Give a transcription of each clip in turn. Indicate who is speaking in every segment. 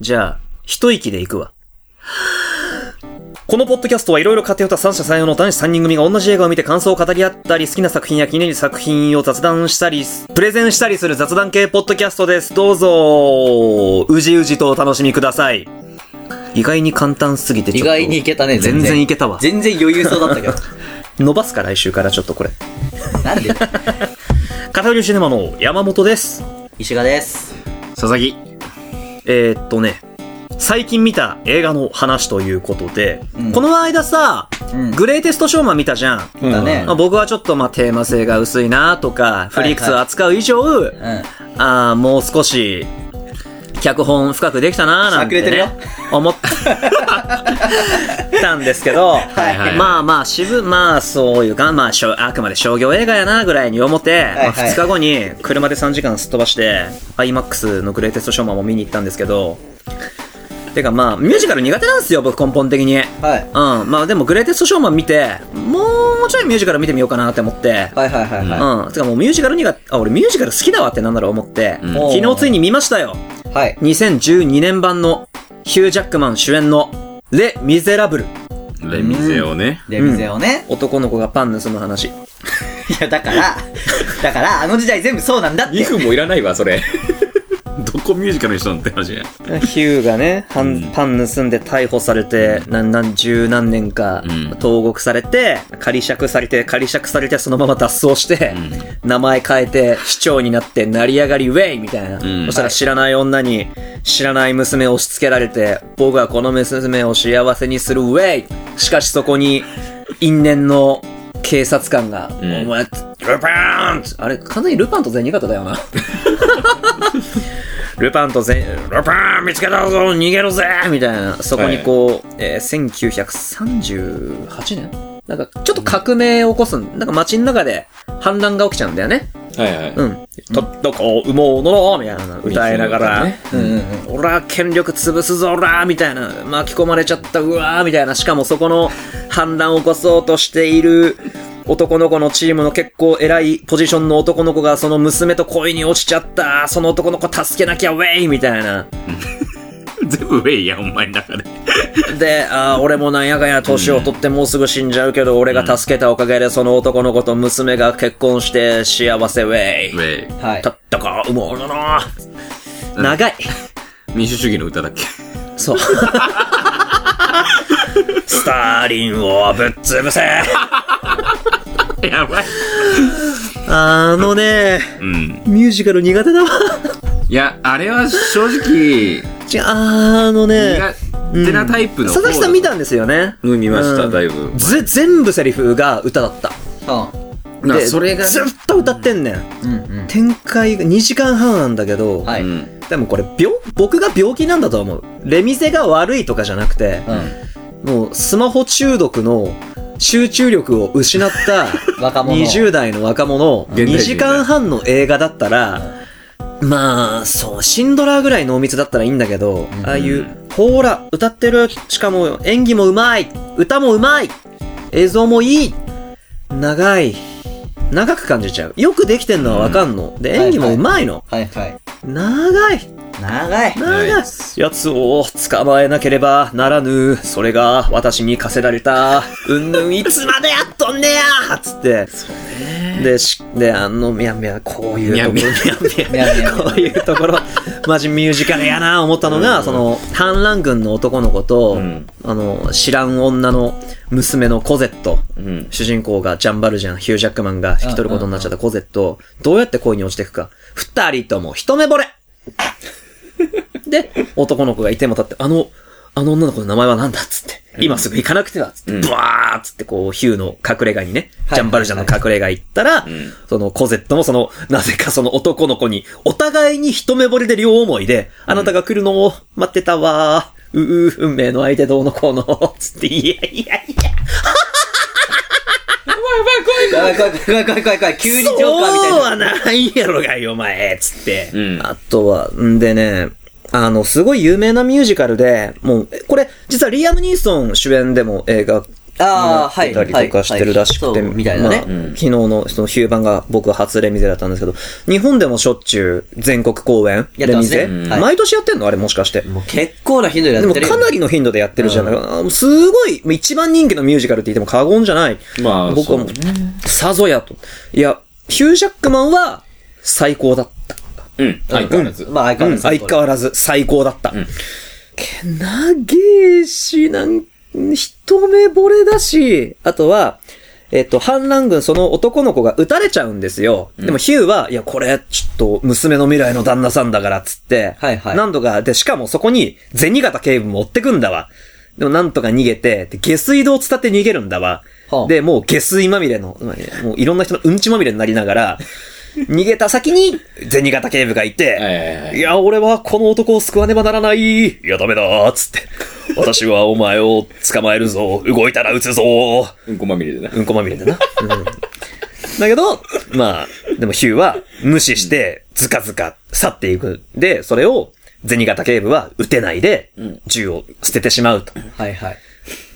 Speaker 1: じゃあ、一息で行くわ。このポッドキャストはいろいろ偏った三者三様の男子三人組が同じ映画を見て感想を語り合ったり、好きな作品や気になる作品を雑談したり、プレゼンしたりする雑談系ポッドキャストです。どうぞ、うじうじとお楽しみください。意外に簡単すぎてちょっ
Speaker 2: 意
Speaker 1: と。
Speaker 2: 外にいけたね、
Speaker 1: 全
Speaker 2: 全
Speaker 1: 然い
Speaker 2: 然。
Speaker 1: けたわ。
Speaker 2: 全然余裕そうだっ たけど。
Speaker 1: 伸ばすか来週からちょっとこれ。
Speaker 2: なんで
Speaker 1: 片寄シネマの山本です。
Speaker 2: 石川です。
Speaker 3: 佐々木。
Speaker 1: えーっとね、最近見た映画の話ということで、
Speaker 2: うん
Speaker 1: この間さ、
Speaker 2: うん
Speaker 1: グレイテストショーマン見たじゃん。
Speaker 2: だね
Speaker 1: まあ。僕はちょっとまあテーマ性が薄いなとか、フリークスを扱う以上、
Speaker 2: うん。
Speaker 1: あーもう少し、脚本深くできたなーなんて、
Speaker 2: しゃくれてるよ
Speaker 1: ね、思ったんですけど、
Speaker 2: はい
Speaker 3: はい
Speaker 1: まあまあ渋、まあそういうか、まあしょあくまで商業映画やなぐらいに思って、
Speaker 2: はい
Speaker 1: まあ2日後に車で3時間すっ飛ばして、IMAX のグレイテストショーマンも見に行ったんですけど、てかまあ、ミュージカル苦手なんですよ、僕根本的に。
Speaker 2: はい。
Speaker 1: うん。まあでも、グレイテストショーマン見て、もうちょいミュージカル見てみようかなって思って。
Speaker 2: はいはいはいは
Speaker 1: うん。てかもうミュージカルにが、あ、俺ミュージカル好きだわってなんだろう思って、
Speaker 3: うん
Speaker 1: 昨日ついに見ましたよ。
Speaker 2: い。はい。
Speaker 1: 2012年版のヒュー・ジャックマン主演のレ・ミゼラブル。
Speaker 3: レミゼをね。
Speaker 2: レミゼをね。
Speaker 1: 男の子がパン盗む話。
Speaker 2: いや、だ から、だから、あの時代全部そうなんだって。
Speaker 3: 2分もいらないわ、それ。 どこミュージカルにしたのって話ね。
Speaker 1: ヒューがね、パンパン盗んで逮捕されて、なんなん、十何年か
Speaker 3: うん
Speaker 1: 投獄されて、仮釈されて、仮釈されて、そのまま脱走して、名前変えて、市長になって、成り上がりウェイみたいな。
Speaker 3: ん
Speaker 1: そしたら知らない女に、知らない娘を押し付けられて、僕はこの娘を幸せにするウェイしかしそこに、因縁の警察官が、
Speaker 3: ん
Speaker 1: お前、ルパンあれ、完全にルパンと全員方だよな。ルパンと全、ルパン見つけたぞ逃げろぜみたいな、そこにこう、えー1938年なんか、ちょっと革命を起こすん、なんか街の中で反乱が起きちゃうんだよね。
Speaker 3: はいはい。
Speaker 1: うん。とっとこう、羽毛を乗ろうみたいなの歌いながら、
Speaker 3: ね
Speaker 2: うんうんうん。
Speaker 1: 俺は権力潰すぞ、おらみたいな、巻き込まれちゃった、うわーみたいな、しかもそこの反乱を起こそうとしている男の子のチームの結構偉いポジションの男の子がその娘と恋に落ちちゃった、その男の子助けなきゃ、ウェイみたいな。
Speaker 3: 全部ウェイや、お前の中で。
Speaker 1: で、あー俺もなんやかんや年を取ってもうすぐ死んじゃうけど、俺が助けたおかげでその男の子と娘が結婚して幸せ、ウェイ。
Speaker 3: ウェイ。
Speaker 2: はい
Speaker 1: た。ったか、うもうのの。長い。
Speaker 3: 民主主義の歌だっけ。
Speaker 1: そう。スターリンをぶっ潰せ
Speaker 3: やばい。
Speaker 1: あのね、
Speaker 3: うん。
Speaker 1: ミュージカル苦手だわ。
Speaker 3: いや、あれは正
Speaker 1: 違
Speaker 3: 直、
Speaker 1: う、あのね、
Speaker 3: 苦手なタイプの
Speaker 1: 佐
Speaker 3: 方だ。
Speaker 1: 々木さん見たんですよね。
Speaker 3: うん見ました
Speaker 1: うん
Speaker 3: だいぶ前
Speaker 1: ぜ、全部セリフが歌だった。
Speaker 2: う
Speaker 3: な
Speaker 1: で
Speaker 3: それが、
Speaker 1: ずっと歌ってんねん。
Speaker 2: ん。うん
Speaker 1: 展開が2時間半なんだけど、
Speaker 2: うん。は
Speaker 3: う
Speaker 2: い。うん。
Speaker 3: ん。
Speaker 1: でもこれ病、僕が病気なんだと思う。レミゼが悪いとかじゃなくて、もうスマホ中毒の集中力を失った
Speaker 2: 若者。
Speaker 1: 20代の若者、
Speaker 3: 現代人
Speaker 1: 2時間半の映画だったら、まあ、そう、シンドラーぐらい濃密だったらいいんだけど、ああいう、ほーら、歌ってる、しかも演技もうまい、歌もうまい、映像もいい、長い、長く感じちゃう。よくできてんのはわかんの。で、演技もうまいの。
Speaker 2: はいはい。
Speaker 1: 長い長
Speaker 2: 長い。
Speaker 1: い
Speaker 3: はい
Speaker 1: やつを捕まえなければならぬ。それが私に課せられた。うんぬんいつまでやっとんねやつって。で、し、で、あの、みやみや、こういうところ、み
Speaker 3: み
Speaker 1: や
Speaker 3: ゃ
Speaker 1: み
Speaker 2: み
Speaker 1: や
Speaker 2: ゃみゃ
Speaker 1: こういうところ、マジミュージカルやな思ったのが、その、反乱軍の男の子と、
Speaker 3: うん
Speaker 1: あの、知らん女の娘のコゼット。
Speaker 3: うん。
Speaker 1: 主人公がジャンバルジャン、ヒュージャックマンが引き取ることになっちゃったコゼット、どうやって恋に落ちていくか。二人とも一目惚 れで、男の子がいても立って、あの、あの女の子の名前は何だっつって、今すぐ行かなくてはっつって、ブワーっつってこう、ヒューの隠れ家にね、
Speaker 2: はい
Speaker 1: ジャンバルジャンの隠れ家行ったら
Speaker 3: ん、
Speaker 1: そのコゼットもその、なぜかその男の子に、お互いに一目惚れで両思いで、あなたが来るのを待ってたわー。うう、運命の相手どうのこうの、つって、いやいやいや。
Speaker 2: 怖い怖い怖い怖い怖い怖い。急にジョーカーみたい
Speaker 1: そう
Speaker 2: な。
Speaker 1: はないやろがよ、お前つって。
Speaker 3: うん
Speaker 1: あとは、んでね、あの、すごい有名なミュージカルで、もう、えこれ、実はリアム・ニーソン主演でも映画
Speaker 2: ああ、
Speaker 1: は。
Speaker 2: はいい。
Speaker 1: たりとかしてるらしくて、
Speaker 2: はいそうみたい
Speaker 1: ま
Speaker 2: な
Speaker 1: あ
Speaker 2: ね。
Speaker 3: ん
Speaker 1: 昨日のそのヒューバンが僕は初レミゼだったんですけど、日本でもしょっちゅう全国公演、レ
Speaker 2: やってま
Speaker 1: ミ
Speaker 2: すね
Speaker 1: ゼ、
Speaker 2: うんはい
Speaker 1: 毎年やってんのあれもしかして。
Speaker 2: もう結構な頻度でや
Speaker 1: で
Speaker 2: っ
Speaker 1: も
Speaker 2: てるよ。
Speaker 1: かなりの頻度でやってるじゃない、あすごい、一番人気のミュージカルって言っても過言じゃない。
Speaker 3: まあ
Speaker 1: 僕はもう
Speaker 3: そうね、
Speaker 1: さぞやと。いや、ヒュージャックマンは最高だった。
Speaker 3: うん。相変わらず。
Speaker 2: まあ相変わ
Speaker 1: う
Speaker 2: ら
Speaker 1: ん、
Speaker 2: ず。
Speaker 1: 相変わらず最高だった。
Speaker 3: ん
Speaker 1: けなげーし、なん、一目惚れだし、あとは、えっと、反乱軍その男の子が撃たれちゃうんですよ。でもヒューは、いや、これ、ちょっと、娘の未来の旦那さんだから、つって、
Speaker 2: はいはい
Speaker 1: 何度か、で、しかもそこに、銭形警部持ってくんだわ。でも、なんとか逃げて、で、下水道を伝って逃げるんだわ。
Speaker 2: はあ
Speaker 1: で、もう下水まみれの、まあもういろんな人のうんちまみれになりなが ら、逃げた先に、銭形警部がいて、
Speaker 3: ええ
Speaker 1: いや、俺はこの男を救わねばならない。いや、ダメだ、つ って。私はお前を捕まえるぞ。動いたら撃つぞ。
Speaker 3: うんこまみれでな。
Speaker 1: うんこまみれだな。うん、だけど、まあ、でもヒューは無視して、ずかずか去っていく。で、それを、銭形警部は撃てないで、銃を捨ててしまうと。
Speaker 2: はいはい。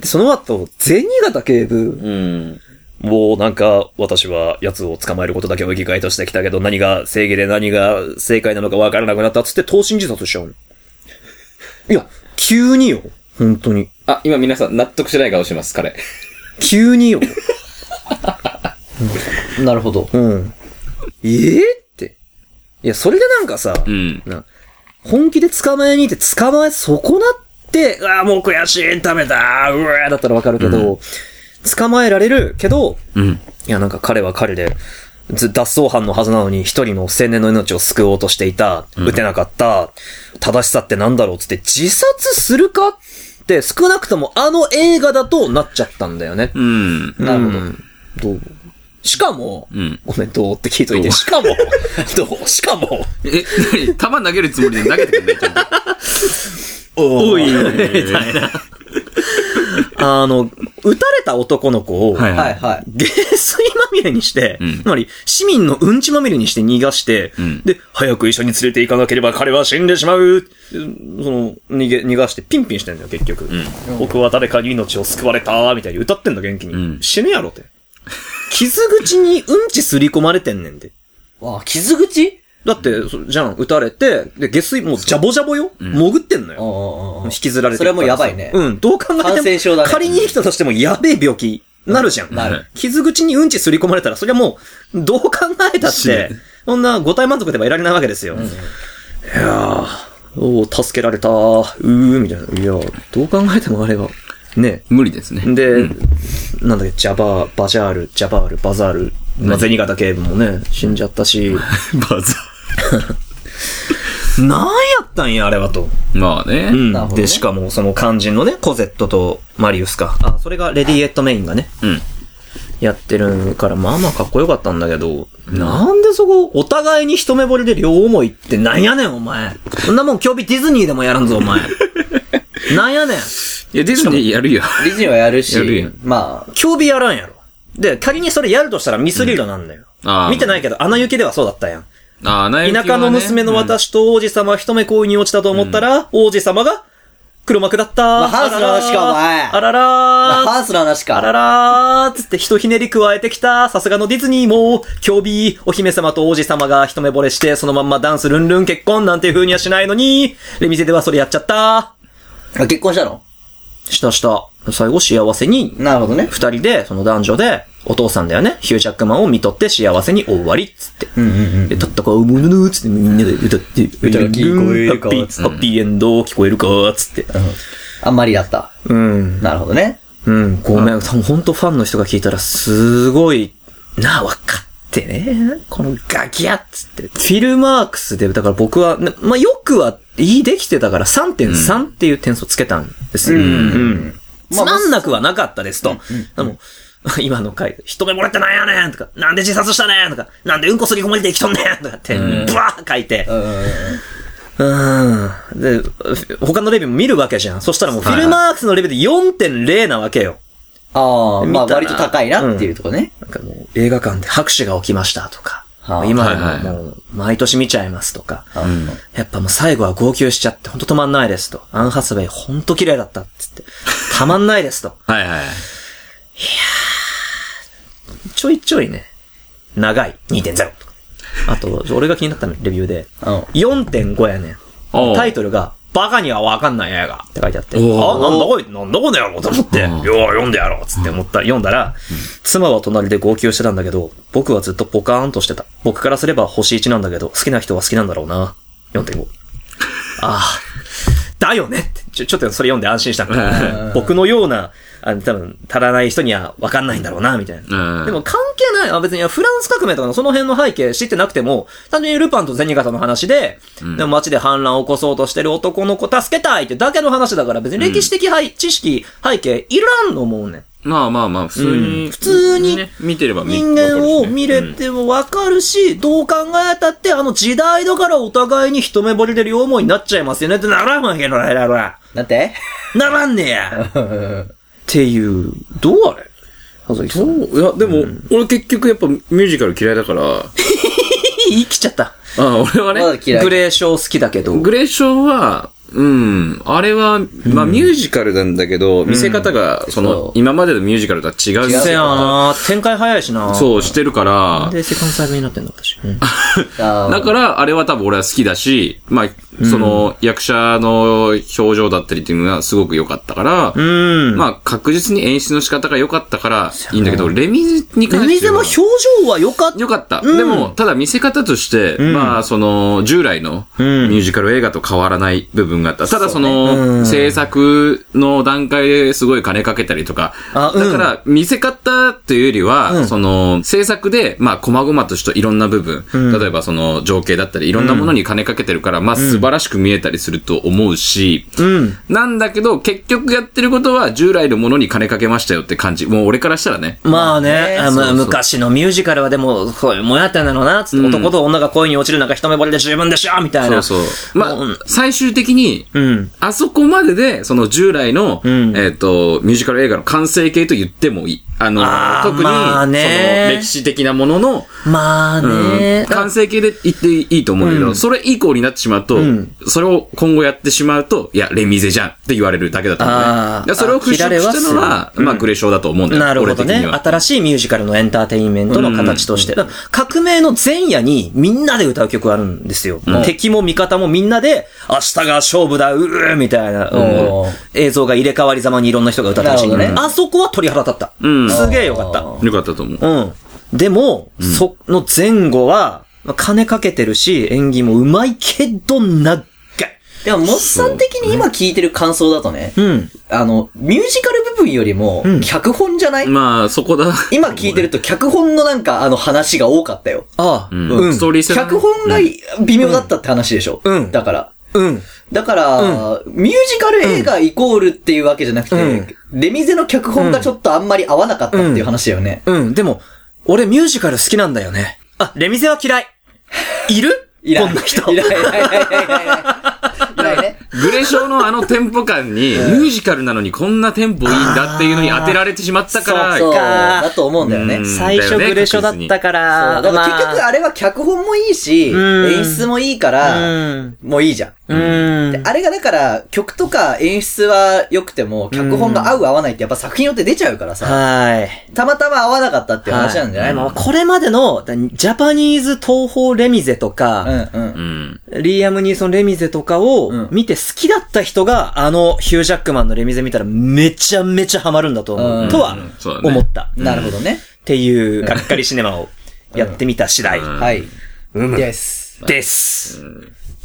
Speaker 1: でその後、銭形警部、
Speaker 3: うん。
Speaker 1: もうなんか、私は奴を捕まえることだけを生きがいとしてきたけど、何が正義で何が正解なのか分からなくなったっつって、投身自殺しちゃうの。いや、急によ。本当に。
Speaker 3: あ、今皆さん納得しない顔してます、彼。
Speaker 1: 急によ。
Speaker 2: なるほど。
Speaker 1: うん。ええって。いや、それでなんかさ、
Speaker 3: うん。
Speaker 1: な本気で捕まえに行って捕まえ損なって、ああ、もう悔しい、ダメだ、うわーだったらわかるけど、捕まえられるけど、
Speaker 3: うん。
Speaker 1: いや、なんか彼は彼で、ず脱走犯のはずなのに一人の青年の命を救おうとしていた、撃てなかった、正しさってなんだろうっつって自殺するかって少なくともあの映画だとなっちゃったんだよね。
Speaker 3: うん。
Speaker 2: なるほ
Speaker 1: ど
Speaker 2: ど。
Speaker 1: うしかも、
Speaker 3: ん
Speaker 1: ごめん、どうって聞いとい
Speaker 3: ど
Speaker 1: て、
Speaker 3: う
Speaker 1: しか も、どうしかも、
Speaker 3: え、何弾投げるつもりで投げてくんないちゃんと。
Speaker 1: お
Speaker 3: おい。
Speaker 1: あの、撃たれた男の子を、
Speaker 3: はい
Speaker 2: はいはい。
Speaker 1: 下水まみれにして、
Speaker 3: ん
Speaker 1: つまり市民のうんちまみれにして逃がして、
Speaker 3: ん
Speaker 1: で、早く一緒に連れて行かなければ彼は死んでしまう。その、逃げ、逃がしてピンピンしてんだよ、結局。僕は誰かに命を救われた、みたいに歌ってんだ、元気に。
Speaker 3: うん
Speaker 1: 死ぬやろって。傷口にうんちすり込まれてんねんで。
Speaker 2: あ、傷口
Speaker 1: だって、そじゃん、撃たれて、で、下水、もう、ジャボジャボよ、潜ってんの
Speaker 2: う
Speaker 1: よ。
Speaker 2: んうんうん
Speaker 1: 引。きずられて
Speaker 2: それはもうやばいね
Speaker 1: うん、どう考えても。
Speaker 2: 感染症だね
Speaker 1: 仮に生きたとしても、やべえ病気、なるじゃん。
Speaker 2: な
Speaker 3: る
Speaker 1: 傷口にうんちすり込まれたら、そりゃもう、どう考えたっ
Speaker 3: 死
Speaker 1: て
Speaker 3: ぬ、
Speaker 1: そんな五体満足ではいられないわけですよ。いやー、おー助けられたー、うー、みたいな。いやー、どう考えてもあれは、ね。
Speaker 3: 無理ですね。
Speaker 1: で、なんだっけ、ジャバー、バジャール、ジャバール、バザール、まあ、ゼニガタ警部もね、死んじゃったし、
Speaker 3: バズ。
Speaker 1: なんやったんや、あれはと。
Speaker 3: まあね。
Speaker 1: うん
Speaker 2: なるほどね
Speaker 1: で、しかも、その肝心のね、コゼットとマリウスか。あ、それがレディエットメインがね、
Speaker 3: うん。
Speaker 1: やってるから、まあまあかっこよかったんだけど、なんでそこ、お互いに一目惚れで両思いってなんやねん、お前。そんなもん今日日ディズニーでもやらんぞ、お 前。なんやねん。
Speaker 3: いや、ディズニーやるよ。
Speaker 2: リズニーはやる
Speaker 3: やるや
Speaker 2: し
Speaker 3: ん、
Speaker 2: まあ、
Speaker 1: 今日日やらんやろ。で、仮にそれやるとしたらミスリードなんだよ。
Speaker 3: うんあー
Speaker 1: 見てないけど、アナ雪ではそうだったやん。
Speaker 3: ああ、な
Speaker 1: 田舎の娘の。私と王子様は一目恋に落ちたと思ったら、王子様が黒幕だった。
Speaker 2: あハウスの話かお前
Speaker 1: あらら
Speaker 2: まあ
Speaker 1: ー
Speaker 2: ハースの話
Speaker 1: あら
Speaker 2: か。
Speaker 1: らーつってひとひねり加えてきた。さすがのディズニーも、競技、お姫様と王子様が一目惚れして、そのまんまダンスルンルン結婚なんていう風にはしないのに、レミゼではそれやっちゃった。
Speaker 2: あ結婚したの
Speaker 1: したした。最後幸せに、
Speaker 2: なるほどね。
Speaker 1: 二人で、その男女で、お父さんだよね、ヒュージャックマンを見とって幸せに終わりっつって。で、たったか、うむぬぬっつってみんなで歌って、
Speaker 2: 歌が聞こえるか
Speaker 1: ハッピーハッピーエンド聞こえるかっつって。
Speaker 2: あんまりだった。
Speaker 1: うん。
Speaker 2: なるほどね。
Speaker 1: うん、ごめん。多分ほんとファンの人が聞いたら、すごい、なあ、わかってね。このガキやっつって。フィルマークスで、だから僕は、なまあ、よくは、いいできてたから3.3っていう点数つけたんですよ。うん。つまんなくはなかったですと。でも、 今の回、一目惚れってなんやねんとか、なんで自殺したねんとか、なんでうんこすり込まれて生きとんねんとかって、ブワー書いて。
Speaker 2: うんうんうん。
Speaker 1: うん。で、他のレビューも見るわけじゃん。そしたらもうフィルマークスのレビューで4.0なわけよ。
Speaker 2: ああ、まあ
Speaker 1: 見たな
Speaker 2: 割と高いなっていうとこね。
Speaker 1: なんかもう映画館で拍手が起きましたとか、
Speaker 2: はあ
Speaker 1: 今
Speaker 3: はい
Speaker 1: で
Speaker 3: はい
Speaker 1: ももう毎年見ちゃいますとか、
Speaker 2: うん
Speaker 1: やっぱもう最後は号泣しちゃってほんと止まんないですと、アンハスウェイほんと綺麗だったっつって、たまんないですと、
Speaker 3: はいはい。
Speaker 1: ちょいちょいね、長い2.0とか。あと、俺が気になったのレビューで、
Speaker 2: うん
Speaker 1: 4.5やねん。
Speaker 3: おう
Speaker 1: タイトルが、バカにはわかんない映画って書いてあって、あ、
Speaker 3: おう
Speaker 1: なんだこい、なんだこの野郎と思って、よう読んでやろうっつって思った、読んだら、妻は隣で号泣してたんだけど、僕はずっとポカーンとしてた。僕からすれば星1なんだけど、好きな人は好きなんだろうな。4.5。ああ、だよねってちょ、ちょっとそれ読んで安心したの僕のような、あの、多分、足らない人には分かんないんだろうな、みたい
Speaker 3: うん
Speaker 1: な。でも関係ない。あ、別に、フランス革命とかのその辺の背景知ってなくても、単純にルパンと銭形の話で、でも街で反乱を起こそうとしてる男の子助けたいってだけの話だから、別に歴史的背、知識、背景いらんと思うねん。
Speaker 3: まあまあまあ、普通に、
Speaker 1: うん普通に
Speaker 3: ね、見てれば見
Speaker 1: 人間を見
Speaker 3: わか
Speaker 1: れ
Speaker 3: るしね
Speaker 1: ても分かるし、どう考えたって、あの時代だからお互いに一目惚れで両思いになっちゃいますよねってならんわけないだろ。
Speaker 2: なんて
Speaker 1: ならんねや。っていう、どうあれはずきさん。
Speaker 3: うんそういや、でも、俺結局やっぱミュージカル嫌いだから、あ
Speaker 1: 言い切っちゃった。
Speaker 3: 俺はね、
Speaker 2: まだ嫌い。
Speaker 1: グレーショー好きだけど。
Speaker 3: グレーションは、うん、あれは、まあミュージカルなんだけど、見せ方が、そ
Speaker 2: そ
Speaker 3: の
Speaker 2: う、
Speaker 3: 今までのミュージカルとは違う
Speaker 1: せやな展開早いしな
Speaker 3: そうしてるから
Speaker 1: なん、でセカンドサイブになってんの私。うん
Speaker 2: あー
Speaker 3: だから、あれは多分俺は好きだし、まあ、その、役者の表情だったりっていうのがすごく良かったから、
Speaker 1: うん。
Speaker 3: まあ、確実に演出の仕方が良かったから、いいんだけど、レミゼに関しては。
Speaker 1: レミゼも表情は良かった。
Speaker 3: 良かった。でも、ただ見せ方として、まあ、その、従来のミュージカル映画と変わらない部分があった。ただ、その、制作の段階ですごい金かけたりとか。
Speaker 1: あうん
Speaker 3: だから、見せ方っていうよりは、その、制作で、まあ、細々としたいろんな部分、例えばその、情景だったり、いろんなものに金かけてるから、まあ、素晴らしく見えたりすると思うし、
Speaker 1: うん。
Speaker 3: なんだけど、結局やってることは、従来のものに金かけましたよって感じ。もう俺からしたらね。
Speaker 1: まあね、
Speaker 2: ね
Speaker 1: あ
Speaker 3: そう
Speaker 1: ま
Speaker 3: そ
Speaker 1: あ
Speaker 3: う
Speaker 1: 昔のミュージカルはでも、こういうもやったんだろうな、つって、男と女が恋に落ちるなんか一目惚れで十分でしょみたい
Speaker 3: そ
Speaker 1: な。
Speaker 3: うそう。まあ
Speaker 1: うん、
Speaker 3: 最終的に、
Speaker 1: うん。
Speaker 3: あそこまでで、その従来の、
Speaker 1: ん
Speaker 3: えっ、と、ミュージカル映画の完成形と言ってもいい。あの、
Speaker 1: あー
Speaker 3: 特に、
Speaker 1: まあね
Speaker 3: その歴史的なものの、
Speaker 1: まあ
Speaker 3: うん
Speaker 1: ね、
Speaker 3: 完成形で言っていいと思うんだけど、それ以降になってしまうと、それを今後やってしまうと、いや、レミゼじゃんって言われるだけだと思う、ね
Speaker 1: あー。
Speaker 3: でそれを払拭したのは、まあ、グレーショーだと思うんだよ、
Speaker 1: なるほど
Speaker 3: 俺的
Speaker 1: ね。
Speaker 3: には
Speaker 1: 新しいミュージカルのエンターテインメントの形として。だから革命の前夜にみんなで歌う曲あるんですよ。敵も味方もみんなで、明日が勝負だ、うーみたいな、
Speaker 2: ん
Speaker 1: 映像が入れ替わりざまにいろんな人が歌ったらしい、
Speaker 2: なるほどね
Speaker 1: あそこは鳥肌立った。
Speaker 3: ん
Speaker 1: すげえよかった。
Speaker 3: よかったと思う。
Speaker 1: うん。でも、その前後は、まあ金かけてるし、演技もうまいけど、長い。
Speaker 2: でも、モッさん的に今聞いてる感想だとね、
Speaker 1: うん。
Speaker 2: あの、ミュージカル部分よりも、脚本じゃない、
Speaker 3: まあ、そこだ。
Speaker 2: 今聞いてると脚本のなんかあの話が多かったよ。
Speaker 1: ああ、う
Speaker 3: うん
Speaker 1: ん。
Speaker 3: ストーリー性だね
Speaker 2: 脚本が微妙だったって話でしょ、
Speaker 1: うん
Speaker 2: だから。
Speaker 1: うん。
Speaker 2: だから、ミュージカル映画イコールっていうわけじゃなくて、レミゼの脚本がちょっとあんまり合わなかったっていう話だよね。
Speaker 1: うん、でも、俺ミュージカル好きなんだよね。あ、レミゼは嫌い。いる
Speaker 2: いら
Speaker 1: こんな人。
Speaker 2: いらいらいらいらいらいらいらね。
Speaker 3: グレショーのあのテンポ感に、ミュージカルなのにこんなテンポいいんだっていうのに当てられてしまったから、
Speaker 2: そ う、
Speaker 1: か
Speaker 2: だと思うんだよね。
Speaker 3: うん
Speaker 1: 最初グレショだったか
Speaker 2: そ
Speaker 1: ら。
Speaker 2: うだから
Speaker 1: まあ
Speaker 2: 結局あれは脚本もいいし、
Speaker 1: ん
Speaker 2: 演出もいいから、もういいじゃん。
Speaker 1: うん。うん。
Speaker 2: あれがだから、曲とか演出は良くても、脚本が合う合わないってやっぱ作品によって出ちゃうからさ、
Speaker 1: はい。
Speaker 2: たまたま合わなかったっていう話なんじゃない
Speaker 1: は
Speaker 2: の
Speaker 1: まあこれまでの、だジャパニーズ東方レミゼと
Speaker 2: う
Speaker 1: か、
Speaker 2: んうん
Speaker 3: う。ん。
Speaker 1: リーアム・ニーソン・レミゼとか
Speaker 2: うん
Speaker 1: を見て好きだった人が、あのヒュー・ジャックマンのレミゼ見たらめちゃめちゃハマるんだと思う。
Speaker 2: うん
Speaker 1: とは
Speaker 3: そうだね
Speaker 1: 思った。
Speaker 2: なるほどね。
Speaker 1: っていう、がっかりシネマをやってみた次第
Speaker 3: うん
Speaker 2: はい。
Speaker 1: うん
Speaker 2: です。
Speaker 1: です。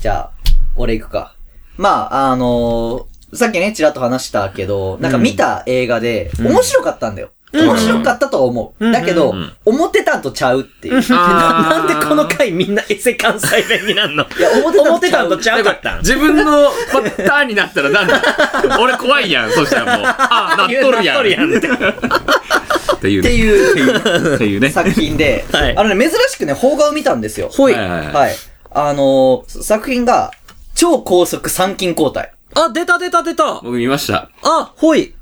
Speaker 2: じゃあ、俺行くか。まあ、あのーさっきね、ちらっと話したけど、なんか見た映画で、面白かったんだよ。面白かったとは思う。だけど、思ってたんとちゃうっていう。
Speaker 1: な
Speaker 3: あ
Speaker 1: ん
Speaker 3: ー
Speaker 1: でこの回みんなエセ関西弁になんのい
Speaker 2: や思ってたんとちゃ
Speaker 1: 思ってたんとちゃ
Speaker 2: う
Speaker 1: うかったん
Speaker 3: 自分のパターンになったらなんだ俺怖いやん。そしたらもう、あ、なっとるやん。
Speaker 1: なっとるやんって
Speaker 3: っていう。
Speaker 2: って
Speaker 3: う。
Speaker 2: いう
Speaker 3: っていうね。
Speaker 2: 作品で、
Speaker 1: はい
Speaker 2: あのね、珍しくね、邦画を見たんですよ。
Speaker 1: ほい。
Speaker 3: はいはいはい
Speaker 2: はい。あのー作品が、超高速参勤交代。
Speaker 1: あ、出た出た出た
Speaker 3: 僕見ました。
Speaker 1: あ、ほい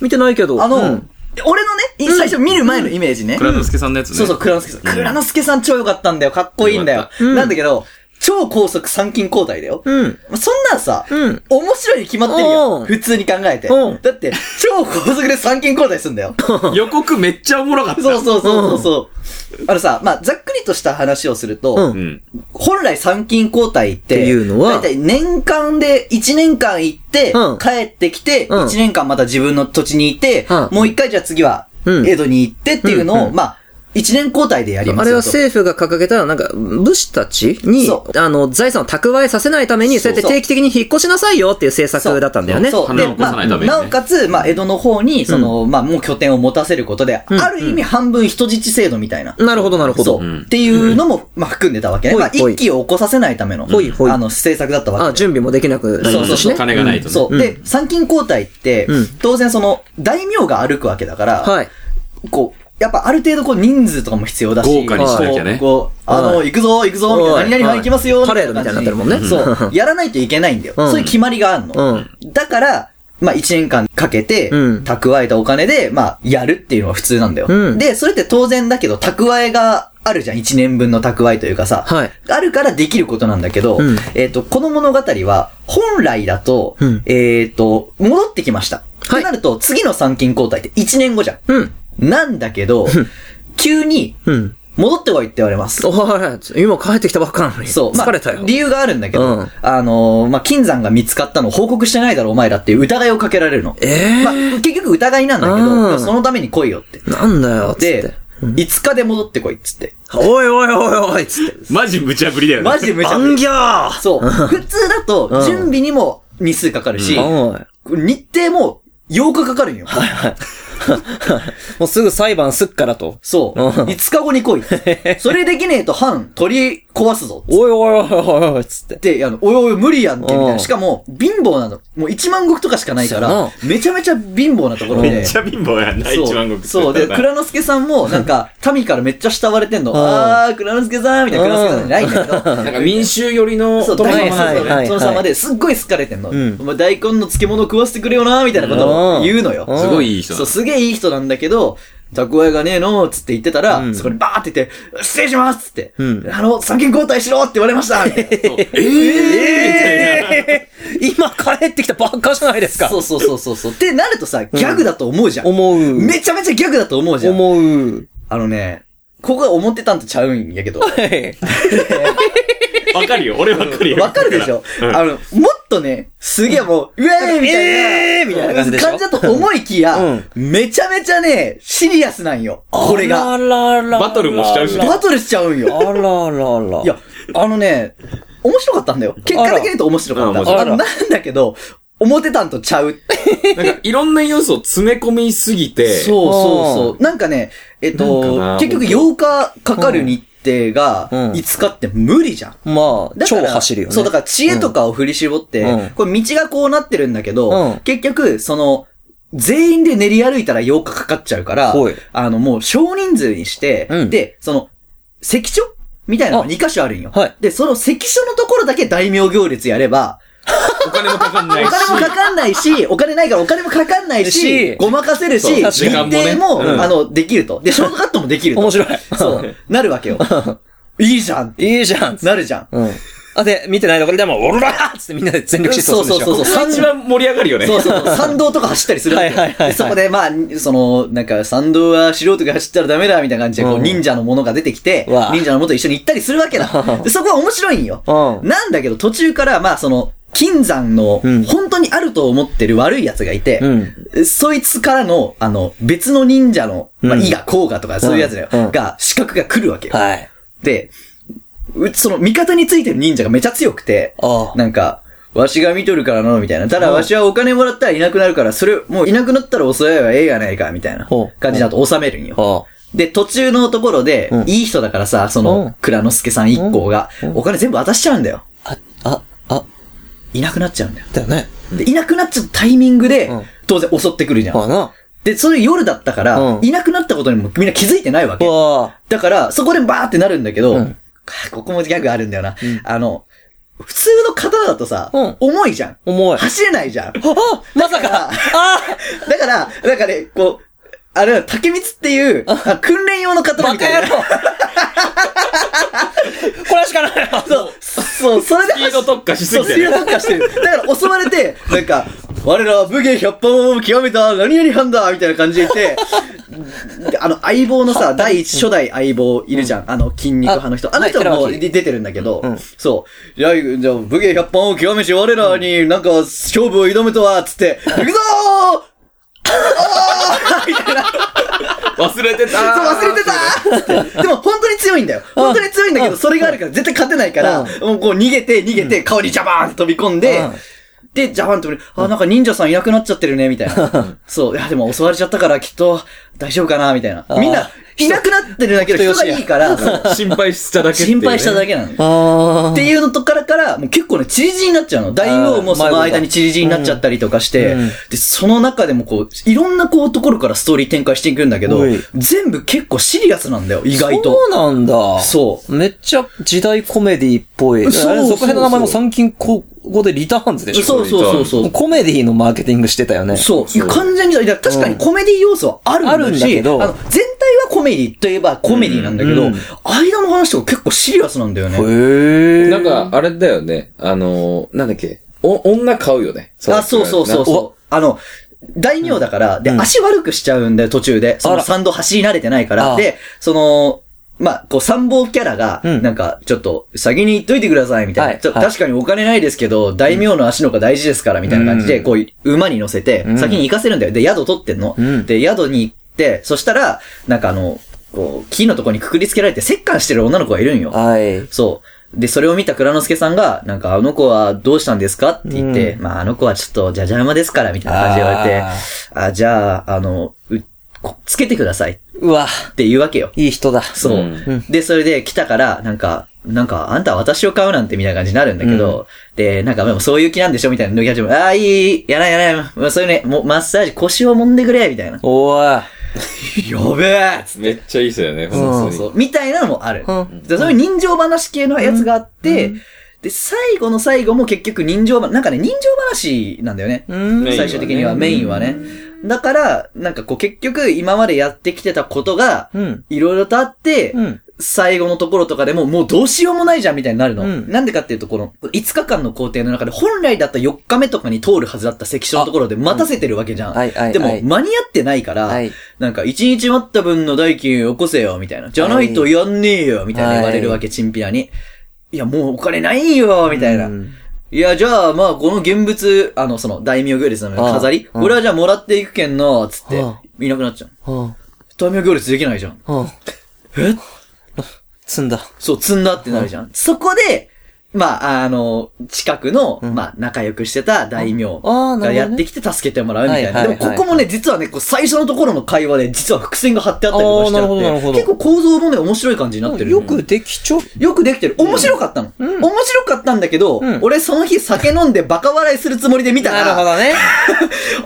Speaker 1: 見てないけど。
Speaker 2: あの、
Speaker 1: うん
Speaker 2: 俺のね、い最初見る前のイメージね。
Speaker 3: 倉之介さんのやつね。
Speaker 2: そうそう、倉之介さん。倉之介さん超良かったんだよ。かっこいいんだよ。なんだけど、超高速参勤交代だよ。
Speaker 1: うん。
Speaker 2: まあそんなんさ、
Speaker 1: うん
Speaker 2: 面白いに決まってるよ
Speaker 1: うん
Speaker 2: 普通に考えて。
Speaker 1: うん
Speaker 2: だって、超高速で参勤交代すん だよ。
Speaker 3: 予告めっちゃおもろかった。
Speaker 2: そうそうそうそう。うあのさ、まあ、ざっくりとした話をすると、
Speaker 1: うん
Speaker 3: うん。
Speaker 2: 本来参勤交代って、
Speaker 1: っていうのは
Speaker 2: だいたい年間で1年間行って、
Speaker 1: うん
Speaker 2: 帰ってきて、
Speaker 1: うん
Speaker 2: 1年間また自分の土地にいて、
Speaker 1: うん
Speaker 2: もう一回じゃあ次は、
Speaker 1: うん
Speaker 2: 江戸に行ってっていうのを、
Speaker 1: うんうん
Speaker 2: まあ、1年交代でやり
Speaker 1: あ
Speaker 2: ます
Speaker 1: れは
Speaker 2: よと。
Speaker 1: 政府が掲げた、なんか、武士たちに
Speaker 2: そ、
Speaker 1: あの、財産を蓄えさせないために、
Speaker 2: そ
Speaker 1: そううやって定期的に引っ越しなさいよっていう政策だったんだよね。
Speaker 2: そうそう。
Speaker 3: 花
Speaker 2: で、
Speaker 3: を起こさ
Speaker 2: ま
Speaker 3: な
Speaker 2: あ、
Speaker 3: いためにね
Speaker 2: なおかつ、まあ、江戸の方に、その、まあ、もう拠点を持たせることで、
Speaker 1: うん
Speaker 2: ある意味半分人質制度みたいな。
Speaker 1: なるほど、なるほ
Speaker 2: そ
Speaker 1: ど
Speaker 2: う、。っていうのも、まあ、含んでたわけね。
Speaker 1: ほい
Speaker 2: まあ、
Speaker 1: ほい
Speaker 2: 一気を起こさせないための、あ
Speaker 1: ほいほい
Speaker 2: の、政策だったわ
Speaker 1: あ、
Speaker 2: け。
Speaker 1: 準備もできなくなり
Speaker 2: そう
Speaker 1: ます
Speaker 2: そう
Speaker 1: し
Speaker 2: そう
Speaker 1: ね。
Speaker 3: 金がないとね。
Speaker 2: そう。で、参勤交代って
Speaker 1: うん、
Speaker 2: 当然その、大名が歩くわけだから、
Speaker 1: はい。
Speaker 2: こう、やっぱある程度こう人数とかも必要だし、
Speaker 3: 豪華
Speaker 1: にしな
Speaker 3: きゃね
Speaker 2: こう、こうあの、
Speaker 1: は
Speaker 2: 行くぞ、行くぞ、みたいな、
Speaker 1: はい
Speaker 2: 何々行きますよ、
Speaker 1: はいパレードみたいになってるもんね
Speaker 2: そう。やらないといけないんだよ。
Speaker 1: うん
Speaker 2: そういう決まりがあるの。だから、まあ一年間かけて、
Speaker 1: うん
Speaker 2: 蓄えたお金で、まあ、やるっていうのは普通なんだよ。
Speaker 1: うん
Speaker 2: で、それって当然だけど、蓄えがあるじゃん。一年分の蓄えというかさ。
Speaker 1: はい
Speaker 2: あるからできることなんだけど、
Speaker 1: うん
Speaker 2: えっ、と、この物語は、本来だと、
Speaker 1: うん
Speaker 2: えっ、と、戻ってきました。
Speaker 1: はい
Speaker 2: ってなると、次の参勤交代って1年後じゃん。
Speaker 1: うん。
Speaker 2: なんだけど、急に、
Speaker 1: うん。
Speaker 2: 戻ってこいって言われます。
Speaker 1: おはい。今帰ってきたばっかなのに。
Speaker 2: そう。まあ
Speaker 1: 疲れたよ。
Speaker 2: 理由があるんだけど、
Speaker 1: うん
Speaker 2: あのーまあ、金山が見つかったのを報告してないだろ、お前らっていう疑いをかけられるの。
Speaker 1: え
Speaker 2: まあ、結局疑いなんだけ
Speaker 1: うん
Speaker 2: ど、そのために来いよって。
Speaker 1: え。なんだよ、つって
Speaker 2: で。、5日で戻ってこいっつって。
Speaker 1: おいおいおいおい、つって。
Speaker 3: マジ無茶ぶりだよね。
Speaker 2: マジでめちゃ
Speaker 1: あ
Speaker 2: く
Speaker 1: ん
Speaker 2: ち
Speaker 1: ぎゃ
Speaker 2: ゃ。
Speaker 1: ー
Speaker 2: そう。普通だ
Speaker 1: う
Speaker 2: と、
Speaker 1: ん
Speaker 2: 準備にも日数かかるし、
Speaker 1: おい。
Speaker 2: 日程も8日かかるんよ。
Speaker 1: もうすぐ裁判すっからと。
Speaker 2: そう。
Speaker 1: うん
Speaker 2: 5日後に 来いっつって。それできねえと藩取り壊すぞ。
Speaker 1: おいおいおいおいおい、つって。
Speaker 2: で、あの、おいおい無理やんけ、みたいうな。
Speaker 1: ん
Speaker 2: しかも、貧乏なの。もう1万石とかしかないか
Speaker 1: そう
Speaker 2: ら
Speaker 1: や、
Speaker 2: めちゃめちゃ貧乏なところで。
Speaker 3: めっちゃ貧乏やんな、
Speaker 2: そう
Speaker 3: 一万石。
Speaker 2: そう。 で、倉之助さんも、なんか、民からめっちゃ慕われてんの。
Speaker 1: ん
Speaker 2: あー、倉之助さんみたいな倉之助さんじゃないんだけど。
Speaker 3: なんか民衆寄りの
Speaker 2: そう、
Speaker 3: お
Speaker 2: 大
Speaker 3: 殿様
Speaker 1: はい
Speaker 2: 根さんで
Speaker 3: なんだよね
Speaker 1: はい
Speaker 2: その様ですっごい好かれてんの。
Speaker 1: ん
Speaker 2: お前大根の漬物食わせてくれよなみたいなことを言うのよ
Speaker 1: うん。
Speaker 3: すごいいい人
Speaker 2: そう、すげえいい人なんだけど、蓄えがねえのつって言ってたら、そこにバーって言って、失礼しますっつって、
Speaker 1: うん
Speaker 2: あの、参勤交代しろって言われま したみたいな
Speaker 3: そうえーみたいな。
Speaker 1: 今帰ってきたばっかじゃないですか。
Speaker 2: そうそうそうそうそう。ってなるとさ、ギャグだと思うじゃん。
Speaker 1: 思う。
Speaker 2: めちゃめちゃギャグだと思うじゃん。
Speaker 1: 思う。
Speaker 2: あのね、ここが思ってたんとちゃうんやけど。わ
Speaker 3: わかるよ、俺わかるよ。
Speaker 2: かるでしょあの、もっとね、すげえもう、うえ
Speaker 1: えー
Speaker 2: ーみたいな、
Speaker 1: みたいな感じでしょ
Speaker 2: 感じだと思いきや、めちゃめちゃね、シリアスなんよ。これが。
Speaker 1: あららら
Speaker 3: バトルもしちゃうし
Speaker 2: バトルしちゃうん
Speaker 1: あ
Speaker 2: よ。
Speaker 1: ららら。
Speaker 2: いや、あのね、面白かったんだよ。結果的に言うと面白か
Speaker 3: あ
Speaker 2: っ
Speaker 3: ら
Speaker 2: た。
Speaker 1: あ
Speaker 2: あ
Speaker 1: ら
Speaker 2: なんだけど、思ってたんとちゃう。
Speaker 3: なんかいろんな要素を詰め込みすぎて、
Speaker 2: そうそうそう。なんかね、えっ
Speaker 3: なんか
Speaker 2: と
Speaker 3: な、
Speaker 2: 結局8日かかる日程が、
Speaker 1: うん
Speaker 2: 5日って無理じゃん。
Speaker 1: まあ、
Speaker 2: だか
Speaker 1: 超
Speaker 2: ら
Speaker 1: 走るよね。
Speaker 2: そう、だから知恵とかを振り絞って、
Speaker 1: うん
Speaker 2: これ道がこうなってるんだけど、
Speaker 1: うん
Speaker 2: 結局、その、全員で練り歩いたら8日かかっちゃうから
Speaker 1: ほい、
Speaker 2: あの、もう少人数にして、
Speaker 1: うん
Speaker 2: で、その、関所みたいなのが
Speaker 1: あ
Speaker 2: 2箇所あるんよ。
Speaker 1: はい
Speaker 2: で、その関所のところだけ大名行列やれば、
Speaker 3: お金もかかんない
Speaker 2: お
Speaker 3: し。
Speaker 2: 金もかかんないし、お金ないからお金もかかんないし
Speaker 1: し、
Speaker 2: ごまかせるし、
Speaker 1: そう
Speaker 2: 日
Speaker 1: 時
Speaker 3: 間もね
Speaker 2: 程も、
Speaker 3: うん
Speaker 2: あの、できると。で、ショートカットもできると。
Speaker 1: 面白い。
Speaker 2: そう。なるわ けよ。いいじゃん
Speaker 1: いいじゃん。
Speaker 2: なるじゃん。
Speaker 1: うん。あ、で、見てないところでも、オラーっつってみんなで全力疾走するでしょ。
Speaker 2: そうそうそう
Speaker 3: 感じは盛り上がるよね。
Speaker 2: そうそうそう、参道とか走ったりするわけよ
Speaker 1: はいはいはいはい
Speaker 2: でそこで、まあ、その、なんか、参道は素人が走ったらダメだ、みたいな感じで、こう、
Speaker 1: うん
Speaker 2: 忍者のものが出てきて、
Speaker 1: うわ
Speaker 2: 忍者のものと一緒に行ったりするわけだ。で、そこは面白いんよ。
Speaker 1: うん
Speaker 2: なんだけど、途中から、まあ、その、金山の、
Speaker 1: うん
Speaker 2: 本当にあると思ってる悪い奴がいて、そいつからの、あの、別の忍者の、まあ、
Speaker 1: うん
Speaker 2: 伊賀、甲賀とか、そういうやつだよ、
Speaker 1: うんうん
Speaker 2: が、資格が来るわけよ。
Speaker 1: はい。
Speaker 2: で、うその味方についてる忍者がめちゃ強くて
Speaker 1: あ、あ
Speaker 2: なんか、わしが見とるからの、みたいな。ただ、わしはお金もらったらいなくなるから、それ、もういなくなったら襲えばええやないか、みたいな
Speaker 1: ほう
Speaker 2: 感じだと収めるんよ。
Speaker 1: は
Speaker 2: で、途中のところで、
Speaker 1: うん
Speaker 2: いい人だからさ、そうの
Speaker 1: ん、
Speaker 2: 倉之助さん一行が、お金全部渡しちゃうんだよ。
Speaker 1: あ、あ、あ、
Speaker 2: いなくなっちゃうんだよ。
Speaker 1: だよね。
Speaker 2: で、いなくなっちゃったタイミングで
Speaker 1: うん、
Speaker 2: 当然襲ってくるじゃ
Speaker 1: あ
Speaker 2: ん。
Speaker 1: な。
Speaker 2: で、それ夜だったから、
Speaker 1: うん
Speaker 2: いなくなったことにもみんな気づいてないわけ。
Speaker 1: わ
Speaker 2: だから、そこでバーってなるんだけど、
Speaker 1: うん
Speaker 2: あ ここもギャグあるんだよな。あの、普通の刀だとさ、
Speaker 1: うん
Speaker 2: 重いじゃん。
Speaker 1: 重い
Speaker 2: 走れないじゃん。だ
Speaker 1: あ、まさかあ
Speaker 2: から、なんかね、こう、あれ、竹光っていう、あ訓練用の刀
Speaker 1: バ
Speaker 2: みたい
Speaker 1: カ野
Speaker 2: な。
Speaker 1: 郎これしかないわ
Speaker 2: そう、すそう、それで
Speaker 3: スピード特化しすぎて
Speaker 2: そうスピード特化してる。だから襲われて、なんか、我らは武芸百般を極めた何々班だみたいな感じでいて、であの、相棒のさ、第一、初代相棒いるじゃん。あの、筋肉派の人。
Speaker 1: あ
Speaker 2: あの人
Speaker 1: はい
Speaker 2: も
Speaker 1: 寺脇
Speaker 2: 出てるんだけど、
Speaker 1: うん
Speaker 2: そう。いや、じゃあ武芸百般を極めし、我らになんか勝負を挑むとは、つって、行くぞー
Speaker 3: 忘れてた
Speaker 2: そう忘れてたーっつってでも本当に強いんだよ。本当に強いんだけど、それがあるから絶対勝てないから、もうこう逃げて逃げて、顔にジャバーンと飛び込んで
Speaker 1: うん、
Speaker 2: で、ジャバーンと飛び、あ、なんか忍者さんいなくなっちゃってるね、みたいな。そう、いや、でも襲われちゃったからきっと大丈夫かな、みたいな。みんな、いなくなってるんだけど、人
Speaker 1: 人
Speaker 2: がいいから、
Speaker 3: 心配しただけっていう
Speaker 2: 心
Speaker 3: ね
Speaker 2: 配しただけなの。
Speaker 1: あ
Speaker 2: っていうのとからから、もう結構ね、チリジになっちゃうの。大王もその間にチリジになっちゃったりとかして、
Speaker 1: うん
Speaker 2: で、その中でもこう、いろんなこう、ところからストーリー展開していくんだけど
Speaker 1: おい、
Speaker 2: 全部結構シリアスなんだよ、意外と。
Speaker 1: そうなんだ。。
Speaker 2: そう
Speaker 1: めっちゃ時代コメディっぽい。
Speaker 2: そうそうそう
Speaker 1: あれ続編の名前も参勤高校でリターンズでしょ
Speaker 2: そうそうそうそう。
Speaker 1: コメディのマーケティングしてたよね。
Speaker 2: そう。いや完全に、だから確かにコメディ要素はあるんだし、
Speaker 1: あるんだけど
Speaker 2: あの、全体はコメディといえばコメディなんだけど、
Speaker 1: うん
Speaker 2: 間の話とか結構シリアスなんだよね。
Speaker 1: へえ。
Speaker 3: なん、か、あれだよね。あのー、なんだっけ。お、女買うよね。
Speaker 2: あ、そうそうそう
Speaker 3: お
Speaker 2: そう。あの、大名だから、で、
Speaker 1: うん
Speaker 2: 足悪くしちゃうんだよ、途中で。そ
Speaker 1: あ
Speaker 2: の
Speaker 1: ら
Speaker 2: 参道走り慣れてないか
Speaker 1: あ
Speaker 2: ら。
Speaker 1: あ
Speaker 2: で、その、まあ、こう、参謀キャラが、
Speaker 1: うん
Speaker 2: なんか、ちょっと、先に言っといてください、みたいな、
Speaker 1: はい
Speaker 2: ちょ
Speaker 1: はい
Speaker 2: 確かにお金ないですけど、大名の足の方が大事ですから、みたいな感じで、
Speaker 3: うん
Speaker 2: こう、馬に乗せて
Speaker 1: う、ん
Speaker 2: 先に行かせるんだよ。で、宿取ってんの。
Speaker 1: うん
Speaker 2: で、宿に行って、そしたら、なんかあの、こう、木のとこにくくりつけられて、折檻してる女の子がいるんよ。
Speaker 1: はい。
Speaker 2: そう。で、それを見た倉之助さんが、なんか、あの子はどうしたんですかって言って、
Speaker 1: う
Speaker 2: まあ、あの子はちょっと、じゃじゃ馬ですから、みたいな感じで言われて、
Speaker 1: あ
Speaker 2: あじゃあ、あの、う、こつけてくださいっ
Speaker 1: うわ、
Speaker 2: て言うわけよ。
Speaker 1: いい人だ。
Speaker 2: そう。
Speaker 1: うん。
Speaker 2: で、それで来たから、なんか、なんか、あんたは私を買うなんてみたいな感じになるんだけど、で、なんか、でもそういう気なんでしょみたいな脱ぎ始める。ああ、いいいい、やらんやらんもうそういうね、もうマッサージ、腰を揉んでくれ、みたいな
Speaker 1: おい。
Speaker 2: やべえ
Speaker 3: めっちゃいい人だよね、
Speaker 1: ん
Speaker 3: 本当
Speaker 2: そ
Speaker 3: に。
Speaker 2: う。みたいなのもある。
Speaker 1: うん
Speaker 2: でそういう人情話系のやつがあって、で、最後の最後も結局人情話、なんかね、人情話なんだよね。
Speaker 1: うん
Speaker 3: メインはね
Speaker 2: 最終的にはメインはね。だから、なんかこう結局今までやってきてたことが、
Speaker 1: うん。
Speaker 2: いろいろとあって、
Speaker 1: うん。
Speaker 2: 最後のところとかでももうどうしようもないじゃんみたいになるの。
Speaker 1: うん
Speaker 2: なんでかっていうと、この5日間の工程の中で本来だった4日目とかに通るはずだった関所のところで待たせてるわけじゃん。
Speaker 1: はいはい。
Speaker 2: でも
Speaker 1: はい
Speaker 2: 間に合ってないから、
Speaker 1: はい。
Speaker 2: なんか、一日待った分の代金よこせよ、みたいな。じゃないとやんねえよ、みたいな言われるわけ、チンピラに。いや、もうお金ないよ、みたいな。
Speaker 1: うん
Speaker 2: いや、じゃあ、まあ、この現物、あの、その、大名行列の
Speaker 1: ああ
Speaker 2: 飾り、
Speaker 1: うん
Speaker 2: 俺はじゃあもらっていくけんな、つって
Speaker 1: ああ、
Speaker 2: いなくなっちゃう。
Speaker 1: は
Speaker 2: 大名行列できないじゃん。
Speaker 1: あ、はあ。
Speaker 2: え
Speaker 1: 積んだ。
Speaker 2: そう、積んだってなるじゃん。そこで、まあ、あの、近くの、
Speaker 1: うん
Speaker 2: まあ、仲良くしてた大名
Speaker 1: ああなるほど
Speaker 2: が
Speaker 1: ね
Speaker 2: やってきて助けてもらうみたい
Speaker 1: は
Speaker 2: な。
Speaker 1: い
Speaker 2: で
Speaker 1: はい
Speaker 2: も、
Speaker 1: はい
Speaker 2: ここもね、実はね、こう最初のところの会話で、実は伏線が張ってあったりとかし
Speaker 1: ああなるほどなる
Speaker 2: ちゃ
Speaker 1: ほ
Speaker 2: っ
Speaker 1: ど
Speaker 2: て、結構構造もね、面白い感じになってる。
Speaker 1: よくできちょ、
Speaker 2: よくできてる。面白かったの。面白かったんだけど、
Speaker 1: うん
Speaker 2: 俺その日酒飲んでバカ笑いするつもりで見たら、
Speaker 1: どね。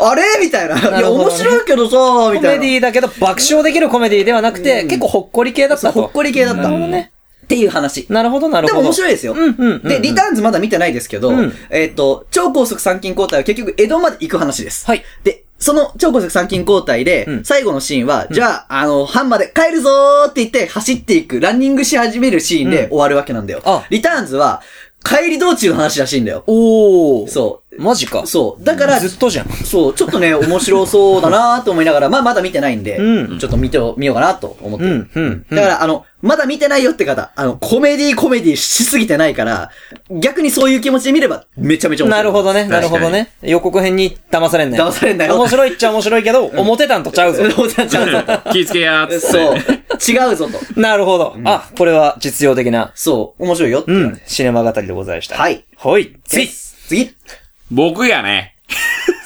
Speaker 2: あれみたいな。
Speaker 1: ないる
Speaker 2: や、
Speaker 1: ほどね
Speaker 2: 面白いけどさ、
Speaker 1: コ
Speaker 2: み
Speaker 1: メ
Speaker 2: たい
Speaker 1: デ
Speaker 2: な。
Speaker 1: ィだけど爆笑できるコメディではなくて、結構ほっこり系だっ
Speaker 2: そ
Speaker 1: た
Speaker 2: う
Speaker 1: と。
Speaker 2: ほっこり系だった。
Speaker 1: なるほどね。
Speaker 2: っていう話。
Speaker 1: なるほど、なる
Speaker 2: で
Speaker 1: ほど。
Speaker 2: も面白いですよ。
Speaker 1: うんうんうんうん
Speaker 2: で、リターンズまだ見てないですけど、
Speaker 1: うん
Speaker 2: えっ、と、超高速参勤交代は結局江戸まで行く話です。
Speaker 1: はい。
Speaker 2: で、その超高速参勤交代で、
Speaker 1: うん
Speaker 2: 最後のシーンは、じゃあ、あの、班まで帰るぞーって言って走っていく、ランニングし始めるシーン
Speaker 1: う
Speaker 2: で
Speaker 1: ん
Speaker 2: 終わるわけなんだよ。
Speaker 1: あ
Speaker 2: リターンズは、帰り道中の話らしいんだよ。
Speaker 1: おー。
Speaker 2: そう。
Speaker 1: マジか。
Speaker 2: そう。だから、
Speaker 1: ずっとじゃん。
Speaker 2: そう、ちょっとね、面白そうだなーと思いながら、まあまだ見てないんで、
Speaker 1: うん
Speaker 2: ちょっと見てみようかなと思ってる。
Speaker 1: うんうんうん
Speaker 2: だから、あの、まだ見てないよって方、あの、コメディーコメディーしすぎてないから、逆にそういう気持ちで見れば、めちゃめちゃ面白い。
Speaker 1: なるほどね、
Speaker 3: 確か
Speaker 1: なる
Speaker 3: に
Speaker 1: ほどね。予告編に騙されんなよ。
Speaker 2: 騙されんなよ
Speaker 1: 面白いっちゃ面白いけど、表たんとちゃうぞ。
Speaker 2: そうなっちゃうぞ
Speaker 3: 気ぃつけやーっつって。
Speaker 2: そう。違うぞと。
Speaker 1: なるほど。あ、これは実用的な、
Speaker 2: そう、面白いよって
Speaker 1: う
Speaker 2: 言われ
Speaker 1: ん
Speaker 2: て。、
Speaker 1: シネマ語りでございました。
Speaker 2: はい。
Speaker 1: ほい、次
Speaker 2: 次
Speaker 3: 僕やね。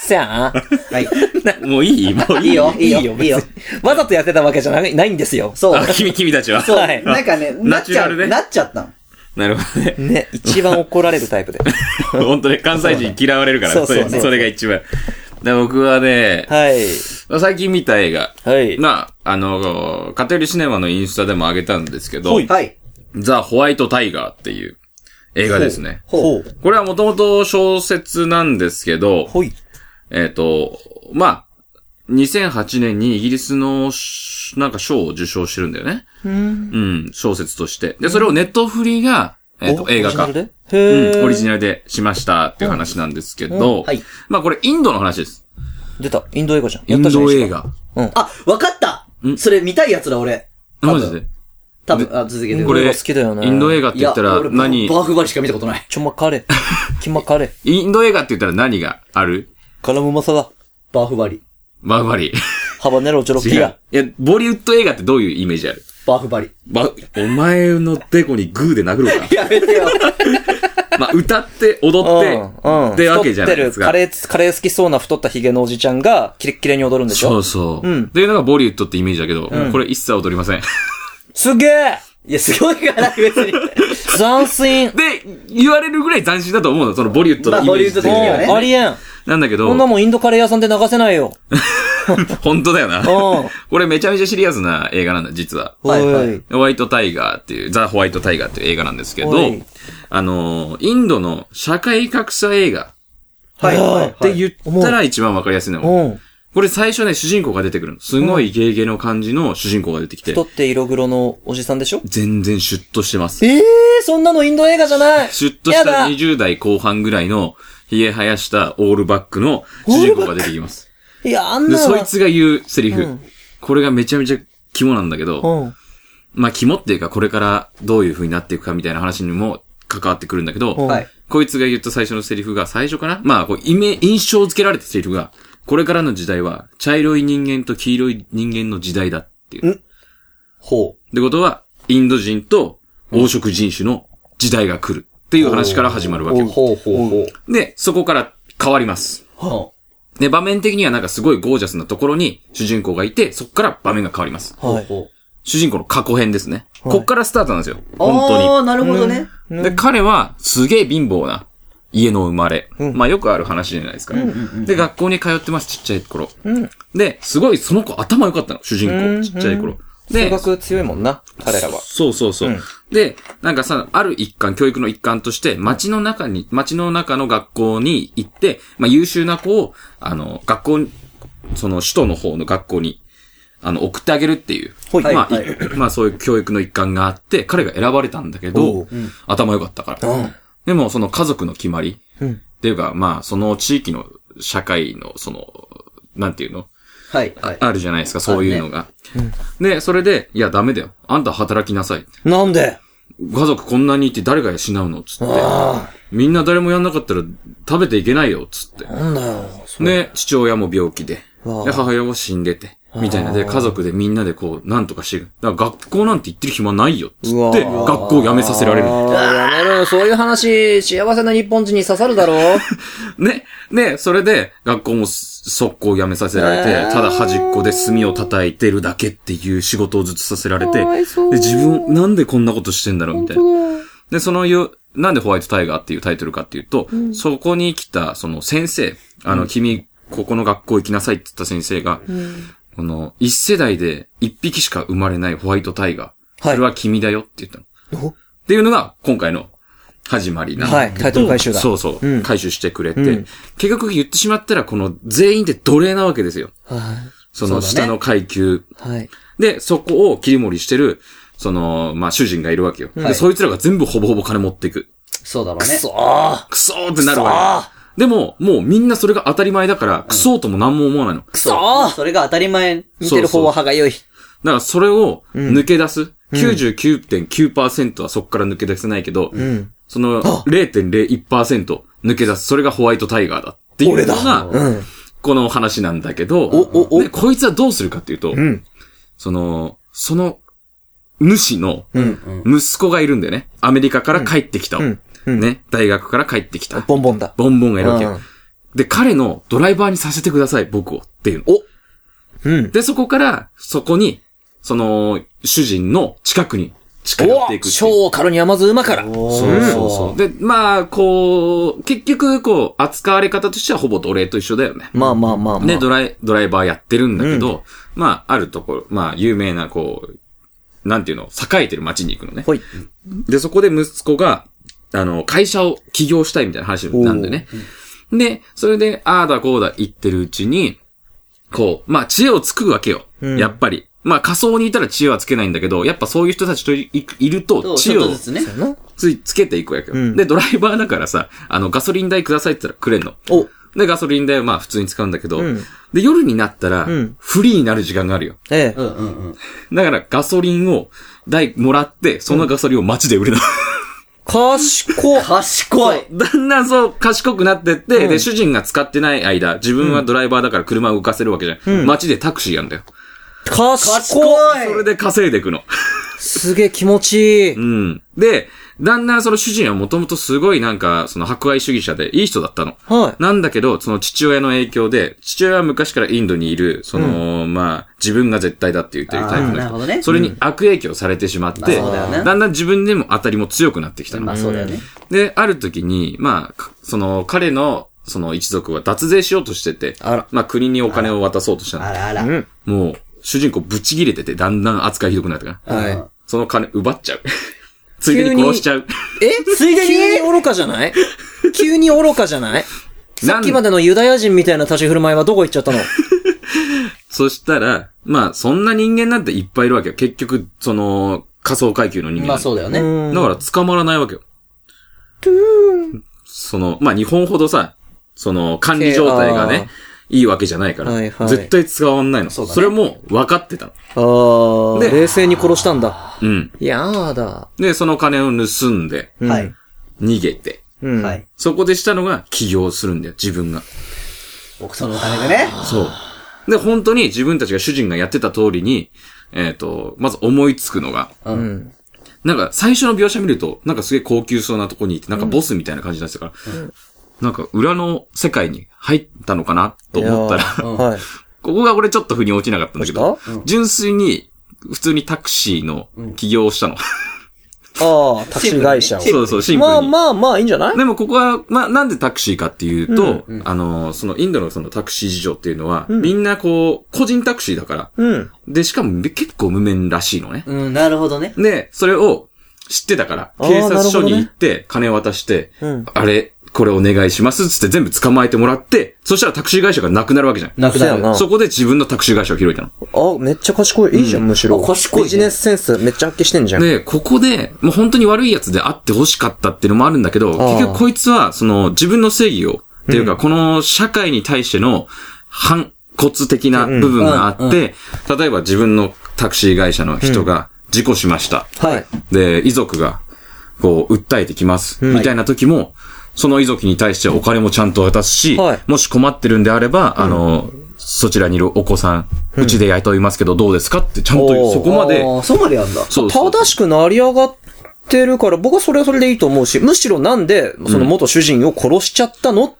Speaker 1: せやん。
Speaker 2: はい。
Speaker 3: もういいもう
Speaker 2: い
Speaker 3: い
Speaker 2: い
Speaker 3: い。
Speaker 2: よ、いい よ、
Speaker 1: いいよ別
Speaker 2: いいよ。
Speaker 1: わざとやってたわけじゃないないんですよ。
Speaker 2: そう
Speaker 3: あ、。君、君たちは。
Speaker 2: そう。
Speaker 1: はい
Speaker 2: なんかね、なっ
Speaker 3: ナチュ
Speaker 2: ちゃ
Speaker 3: ラ
Speaker 2: う、
Speaker 3: ルね
Speaker 2: なっちゃったの。
Speaker 3: なるほどね。
Speaker 1: ね、一番怒られるタイ プで。
Speaker 3: 本当ね、関西人嫌われるから、
Speaker 1: そう
Speaker 3: そ
Speaker 1: そう
Speaker 3: れそれが一番。で僕はね、
Speaker 1: はい。
Speaker 3: 最近見た映画。
Speaker 1: はい。
Speaker 3: まあ、あの、カテリシネマのインスタでも上げたんですけど、
Speaker 2: はい。
Speaker 3: ザ・ホワイト・タイガーっていう映画ですね。
Speaker 1: ほ
Speaker 2: ほ
Speaker 1: う。
Speaker 3: これはもともと小説なんですけど、
Speaker 1: ほい。
Speaker 3: えっ、と、まあ、2008年にイギリスのし、なんか賞を受賞してるんだよね。
Speaker 1: うん。
Speaker 3: うん、小説として。で、それをネットフリがえっと、映画化
Speaker 1: オリ。ジナルでへ
Speaker 3: う
Speaker 1: ー
Speaker 3: ん、オリジナルでしましたっていう話なんですけど、
Speaker 2: うんはい
Speaker 3: まあこれインドの話です。
Speaker 1: 出た。インド映画じゃん。
Speaker 3: イ
Speaker 1: やっ
Speaker 3: ン
Speaker 1: たじゃん
Speaker 3: ド映。画。
Speaker 2: あ、わかった
Speaker 3: ん
Speaker 2: それ見たいやつだ、俺。
Speaker 3: マジで
Speaker 2: 多分、あ、続けて
Speaker 1: イン
Speaker 3: こ
Speaker 1: ド映
Speaker 3: れ、
Speaker 1: 画好きだよね
Speaker 3: インド映画って言ったら
Speaker 2: い
Speaker 3: 何
Speaker 2: や俺バーフバリしか見たことない。
Speaker 1: ちょまかれ。きまかれ。
Speaker 3: インド映画って言ったら何がある
Speaker 1: カラムマサラ。
Speaker 2: バーフバリ。
Speaker 3: バーバリー。
Speaker 1: ハバネロチョロ
Speaker 3: 違う。
Speaker 1: キ
Speaker 3: い
Speaker 1: ア
Speaker 3: や。、ボリウッド映画ってどういうイメージある
Speaker 2: バーフバリ。
Speaker 3: ば、お前のデコにグーで殴ろう
Speaker 2: やめてよ。
Speaker 3: か。まあ、歌って、踊って、
Speaker 1: うん。うん。
Speaker 3: ってわけじゃない
Speaker 1: 太
Speaker 3: で
Speaker 1: っ
Speaker 3: す
Speaker 1: てる、カ
Speaker 3: か。
Speaker 1: レー、カレー好きそうな太ったヒゲのおじちゃんが、キレッキレに踊るんでしょ
Speaker 3: そうそう。
Speaker 1: うん
Speaker 3: っていうのがボリウッドってイメージだけど、これ一切踊りません。
Speaker 1: すげえ
Speaker 2: いや、すごいから、 別に。
Speaker 1: 斬新
Speaker 3: で、言われるぐらい斬新だと思うの、そのボリウッドのイメージ。
Speaker 2: まあボリウッド的にはね
Speaker 1: うんありえん。
Speaker 3: なんだけど
Speaker 1: こん、なもんインドカレー屋さんで流せないよ。
Speaker 3: 本当だよな。
Speaker 1: うん。
Speaker 3: これめちゃめちゃシリアスな映画なんだ、実は。
Speaker 2: はいはい
Speaker 1: おい。
Speaker 3: ホワイトタイガーっていう、ザ・ホワイトタイガーっていう映画なんですけど
Speaker 1: はい、
Speaker 3: あのー、インドの社会格差映画
Speaker 2: はいはい。
Speaker 3: って言ったら一番わかりやすいのは、
Speaker 1: うん。
Speaker 3: これ最初ね、主人公が出てくるの。すごいイケイケの感じの主人公が出てきて
Speaker 1: 太、って色黒のおじさんでしょ
Speaker 3: 全然シュッとしてます。
Speaker 1: ええそんなのインド映画じゃない
Speaker 3: シュッとした
Speaker 1: やだ
Speaker 3: 20代後半ぐらいの、髭生やしたオールバックの主人公が出てきます。
Speaker 1: いや、あん
Speaker 3: で、
Speaker 1: なの
Speaker 3: そ
Speaker 1: は。
Speaker 3: いつが言うセリフ。
Speaker 1: うん
Speaker 3: これがめちゃめちゃ肝なんだけど、
Speaker 1: うん。
Speaker 3: まあ肝っていうかこれからどういう風になっていくかみたいな話にも関わってくるんだけど、
Speaker 1: うん
Speaker 2: はい。
Speaker 3: こいつが言った最初のセリフが最初かなまあこうイメ、印象付けられたセリフが、これからの時代は茶色い人間と黄色い人間の時代だっていう。
Speaker 2: ほ
Speaker 3: ってことは、インド人と黄色人種の時代が来るっていう話から始まるわけ
Speaker 2: う。
Speaker 3: よ。
Speaker 2: ほうほうほう。
Speaker 3: で、そこから変わります。
Speaker 2: は
Speaker 3: で、場面的にはなんかすごいゴージャスなところに主人公がいて、そこから場面が変わります。
Speaker 2: あ。
Speaker 1: はい。
Speaker 2: ほ
Speaker 3: 主人公の過去編ですね。
Speaker 1: はい
Speaker 3: こっからスタートなんですよ。
Speaker 2: う
Speaker 3: 本当に。
Speaker 2: ああ、なるほどね。
Speaker 3: で、彼はすげえ貧乏な家の生まれ。
Speaker 1: うん
Speaker 3: まあよくある話じゃないですか。で、学校に通ってます、ちっちゃい頃。
Speaker 1: うん。
Speaker 3: で、すごいその子頭良かったの、主人
Speaker 1: う
Speaker 3: 公。
Speaker 1: ん
Speaker 3: ちっちゃい頃。
Speaker 1: 数
Speaker 3: で、
Speaker 1: 学強いもんな、彼らは。
Speaker 3: そうそうそう。
Speaker 1: うん
Speaker 3: で、なんかさ、ある一環、教育の一環として、町の中に、町の中の学校に行って、まあ優秀な子を、あの、学校に、その首都の方の学校に、あの、送ってあげるっていう。
Speaker 1: ほい
Speaker 3: まあ、
Speaker 2: はい
Speaker 3: いまあそういう教育の一環があって、彼が選ばれたんだけど、
Speaker 1: おう
Speaker 3: 頭良かったから。でも、その家族の決まり、
Speaker 1: うん
Speaker 3: っていうか、まあ、その地域の社会の、その、なんていうの
Speaker 2: はい、はい。
Speaker 3: あるじゃないですか、そういうのが。で、それで、いや、ダメだよ。あんた働きなさい。
Speaker 1: なんで
Speaker 3: 家族こんなにいて誰が養うのつって。
Speaker 1: あ
Speaker 3: みんな誰もやんなかったら食べていけないよ、つって
Speaker 1: あ、。なんだよ。
Speaker 3: で、父親も病気で。
Speaker 1: わあ
Speaker 3: で、母親も死んでて。みたいなで、家族でみんなでこう、なんとかしてる。だから学校なんて行ってる暇ないよ、つ
Speaker 1: うわ
Speaker 3: って、
Speaker 1: あ
Speaker 3: 学校辞めさせられる。
Speaker 1: ああやめろよ、そういう話、幸せな日本人に刺さるだろう。
Speaker 3: ね。で、それで、学校もす速攻辞めさせられて、
Speaker 1: えー
Speaker 3: ただ端っこで炭を叩いてるだけっていう仕事をずっとさせられて、で
Speaker 1: かわいそう、
Speaker 3: 自分、なんでこんなことしてんだろうみたいな。
Speaker 1: 本
Speaker 3: で、そのよ、なんでホワイトタイガーっていうタイトルかっていうと、そこに来た、その先生、あの、君、ここの学校行きなさいって言った先生が、この、一世代で一匹しか生まれないホワイトタイガー。
Speaker 1: はい
Speaker 3: それは君だよって言ったの。
Speaker 1: 当だ
Speaker 3: っていうのが、今回の始まりなんだ
Speaker 1: はい、タイトル回収だ。
Speaker 3: そうそう、
Speaker 1: うん
Speaker 3: 回収してくれて、
Speaker 1: うん
Speaker 3: 結局言ってしまったら、この全員で奴隷なわけですよ。
Speaker 1: は
Speaker 3: そ
Speaker 2: そ
Speaker 3: の
Speaker 2: うだね
Speaker 3: 下の階級。
Speaker 1: い。はい。
Speaker 3: で、そこを切り盛りしてる、その、まあ、主人がいるわけよ。
Speaker 2: は
Speaker 3: で、
Speaker 2: い
Speaker 3: そいつらが全部ほぼほぼ金持っていく。
Speaker 2: そうだろう
Speaker 1: く
Speaker 2: ね。
Speaker 1: そー
Speaker 3: クソーってなるわけよ。でも、もうみんなそれが当たり前だから、クソーとも何も思わないの。
Speaker 1: くそー
Speaker 2: それが当たり前。
Speaker 1: 見てる方は歯がゆい。
Speaker 3: だからそれを抜け出す。99.9%はそこから抜け出せないけど、
Speaker 1: ん
Speaker 3: その0.01%抜け出す。それがホワイトタイガーだっていうの
Speaker 1: う
Speaker 3: が、
Speaker 1: ん。
Speaker 3: この話なんだけ
Speaker 1: おお
Speaker 3: ど、で、こいつはどうするかっていうと、
Speaker 1: ん
Speaker 3: その、その、主の
Speaker 2: うん
Speaker 3: 息子がいるんだよね。アメリカから帰ってきた。
Speaker 1: んうん
Speaker 3: ね。大学から帰ってきた。
Speaker 1: ボンボンだ。
Speaker 3: ボンボンがいるわけよ。
Speaker 1: うん
Speaker 3: で、彼のドライバーにさせてください、僕を。っていうの。
Speaker 1: うん。
Speaker 3: で、そこから、そこに、その、主人の近くに近寄っていくっていう。
Speaker 1: 超カルに甘酢馬から。
Speaker 3: そうそうそう。で、まあ、こう、結局、こう、扱われ方としてはほぼ奴隷と一緒だよね。
Speaker 1: まあまあまあまあ。
Speaker 3: で、ドライ、ドライバーやってるんだけど、まあ、あるところ、まあ、有名な、こう、なんていうの、栄えてる町に行くのね。
Speaker 1: ほい。
Speaker 3: で、そこで息子が、あの、会社を起業したいみたいな話なんでね。で、それで、ああだこうだ言ってるうちに、こう、まあ知恵をつくわけよ。
Speaker 1: うん
Speaker 3: やっぱり。まあ仮想にいたら知恵はつけないんだけど、やっぱそういう人たちといいいると
Speaker 2: と、
Speaker 3: 知
Speaker 2: ち
Speaker 3: 恵
Speaker 2: ょっ
Speaker 3: を
Speaker 2: とずつね。
Speaker 1: な
Speaker 3: つい、つけていくわけよ、
Speaker 1: うん
Speaker 3: で、ドライバーだからさ、あの、ガソリン代くださいって言ったらくれんの。
Speaker 1: お
Speaker 3: で、ガソリン代はまあ普通に使うんだけど、
Speaker 1: うん
Speaker 3: で、夜になったら
Speaker 1: うん、
Speaker 3: フリーになる時間があるよ。
Speaker 1: ええ
Speaker 2: う。んうんうん。
Speaker 3: だから、ガソリンを、代もらって、そのガソリンを街で売るの。
Speaker 1: 賢っ。
Speaker 2: 賢い
Speaker 3: だんだんそう、賢くなってって、
Speaker 1: うん
Speaker 3: で、主人が使ってない間、自分はドライバーだから車を動かせるわけじゃん。
Speaker 1: うん
Speaker 3: 街でタクシーやんだよ。
Speaker 1: 賢
Speaker 2: 賢
Speaker 1: い。
Speaker 2: い
Speaker 3: それで稼いでいくの。
Speaker 1: すげえ気持ちいい。
Speaker 3: うん。で、だんだんその主人はもともとすごいなんか、その博愛主義者でいい人だったの。
Speaker 1: は
Speaker 3: なんだけど、その父親の影響で、父親は昔からインドにいる、その、まあ、自分が絶対だって言ってるタ
Speaker 2: あ
Speaker 3: イプ
Speaker 2: ーなる
Speaker 3: の
Speaker 2: ほ
Speaker 3: 人。
Speaker 2: どね
Speaker 3: それに悪影響されてしまって、
Speaker 2: まあそうだよね
Speaker 3: だんだん自分でも当たりも強くなってきたの。
Speaker 2: まあそうだよね。
Speaker 3: で、ある時に、まあか、その、彼の、その一族は脱税しようとしてて、
Speaker 1: あら
Speaker 3: まあ国にお金を渡そうとした
Speaker 2: あ
Speaker 3: の。
Speaker 2: らあら。
Speaker 1: い。うん。
Speaker 3: もう、主人公ぶち切れてて、だんだん扱いひどくなってから。
Speaker 1: は
Speaker 3: その金奪っちゃう。 ついでに殺しちゃう。
Speaker 1: い。えついでに急に愚かじゃない急に愚かじゃないさっきまでのユダヤ人みたいな立ち振る舞いはどこ行っちゃったの
Speaker 3: そしたら、まあ、そんな人間なんていっぱいいるわけよ。結局、その、仮想階級の人間。
Speaker 2: まあそうだよね。
Speaker 1: うん
Speaker 3: だから捕まらないわけよ。その、まあ日本ほどさ、その管理状態がね、いいわけじゃないから、
Speaker 1: はいはい
Speaker 3: 絶対使わんないの。
Speaker 2: そうだね
Speaker 3: れも分かってたの。
Speaker 1: あー
Speaker 3: で
Speaker 1: 冷静に殺したんだ。
Speaker 3: うん。
Speaker 1: やーだ。
Speaker 3: で、その金を盗んで、
Speaker 1: うん
Speaker 2: はい。
Speaker 3: 逃げて、
Speaker 1: うん。
Speaker 2: はい。
Speaker 3: そこでしたのが起業するんだよ、自分が。
Speaker 2: 奥さんのお金でね。
Speaker 3: そう。で、本当に自分たちが主人がやってた通りに、えっ、と、まず思いつくのが、
Speaker 2: う。
Speaker 1: うんん。
Speaker 3: なんか最初の描写見ると、なんかすげえ高級そうなとこにいて、なんかボスみたいな感じになってたから、なんか裏の世界に入ったのかなと思ったら、
Speaker 1: いやー
Speaker 2: うん
Speaker 1: はい。
Speaker 3: ここが俺ちょっと腑に落ちなかったんだけど
Speaker 1: 落、
Speaker 3: 純粋に、普通にタクシーの起業をしたの。
Speaker 1: ああ、タクシー会社を。
Speaker 3: そうそう、シンプル
Speaker 1: まあ
Speaker 3: に。
Speaker 1: まあまあ、いいんじゃない
Speaker 3: でもここは、まあ、なんでタクシーかっていうと、あの、そのインドのそのタクシー事情っていうのは、みんなこう、個人タクシーだから、
Speaker 1: うん。
Speaker 3: で、しかも結構無面らしいのね。
Speaker 2: うん、なるほどね。
Speaker 3: で、それを知ってたから、
Speaker 1: あー
Speaker 3: 警察署に行って、金渡して、
Speaker 1: うん
Speaker 3: あれ、これお願いしますっつって全部捕まえてもらって、そしたらタクシー会社がなくなるわけじゃん。
Speaker 2: なくな
Speaker 1: そうやな
Speaker 2: る。
Speaker 3: そこで自分のタクシー会社を開いたの。
Speaker 1: あ、めっちゃ賢い。いいじゃん、むしろ。
Speaker 2: あ賢いね
Speaker 1: ビジネスセンスめっちゃ発揮してんじゃん。
Speaker 3: で、ここで、もう本当に悪いやつであって欲しかったっていうのもあるんだけど、
Speaker 1: あー
Speaker 3: 結局こいつは、その自分の正義を、っていうか、この社会に対しての反骨的な部分があって、
Speaker 2: うんうん
Speaker 3: 例えば自分のタクシー会社の人が事故しました。
Speaker 1: はい。
Speaker 3: で、遺族が、こう、訴えてきます。みたいな時も、その遺族に対してお金もちゃんと渡すし、
Speaker 1: はい
Speaker 3: もし困ってるんであれば、あの、そちらにいるお子さん、うちで雇いますけどどうですかって、ちゃん
Speaker 1: お
Speaker 3: と
Speaker 1: ー
Speaker 3: そこまで、
Speaker 2: ああ、そうまでやんだ。
Speaker 3: そうそう
Speaker 1: 正しく成り上がってるから、僕はそれはそれでいいと思うし、むしろなんで、その元主人を殺しちゃったの、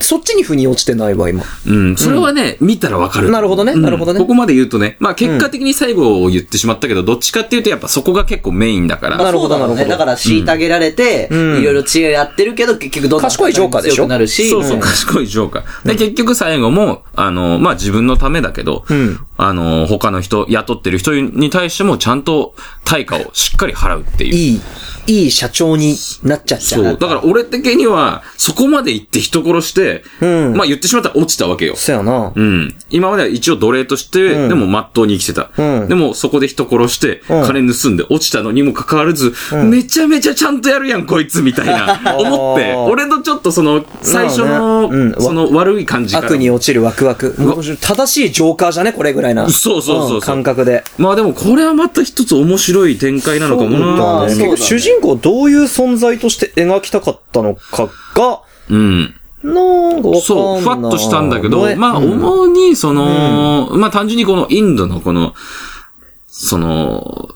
Speaker 1: そっちに腑に落ちてないわ、今。
Speaker 3: うん、それはね、見たらわかる。
Speaker 1: なるほどね
Speaker 3: うん
Speaker 1: なるほどね
Speaker 3: ここまで言うとね、まあ結果的に最後を言ってしまったけど、どっちかっていうとやっぱそこが結構メインだから、
Speaker 1: まなるほど
Speaker 2: そうだろう
Speaker 1: な
Speaker 2: ね
Speaker 1: るほど
Speaker 2: だから、虐げられて、い
Speaker 1: うん
Speaker 2: ろいろ知恵やってるけど、結局どんどん
Speaker 1: 賢いジョーカーでしょ
Speaker 2: 強くなるし、
Speaker 3: そうそうう、
Speaker 2: ん
Speaker 3: 賢いジョーカー。で、結局最後も、あの、まあ、自分のためだけど、
Speaker 1: ん
Speaker 3: あの、他の人、雇ってる人に対してもちゃんと対価をしっかり払うっていう。
Speaker 1: いい、いい社長になっちゃった。
Speaker 3: そう。だから俺的には、そこまで行って人殺して、
Speaker 1: うん
Speaker 3: まあ言ってしまったら落ちたわけよ。
Speaker 1: そやな。
Speaker 3: うん。今までは一応奴隷として、でも真っ当に生きてた。
Speaker 1: うん
Speaker 3: でもそこで人殺して、
Speaker 1: うん
Speaker 3: 金盗んで落ちたのにもかかわらず、めちゃめちゃちゃんとやるやん、こいつ、みたいな、 思って、俺とちょっとその、最初の、
Speaker 1: まあねうん
Speaker 3: その悪い感じから。
Speaker 1: 悪に落ちるワクワク。正しいジョーカーじゃねこれぐらいな。
Speaker 3: そうそうそうそうん
Speaker 1: 感覚で。
Speaker 3: まあでもこれはまた一つ面白い展開なのかも
Speaker 2: そうだ
Speaker 3: な。
Speaker 2: あね
Speaker 1: 結局
Speaker 2: そうだね
Speaker 1: 主人公をどういう存在として描きたかったのかが、
Speaker 3: うん。
Speaker 1: なんかわかんない。
Speaker 3: そう、ふわっとしたんだけ
Speaker 1: ね
Speaker 3: ど、まあ
Speaker 1: うん
Speaker 3: 主にその、まあ単純にこのインドのこの、その、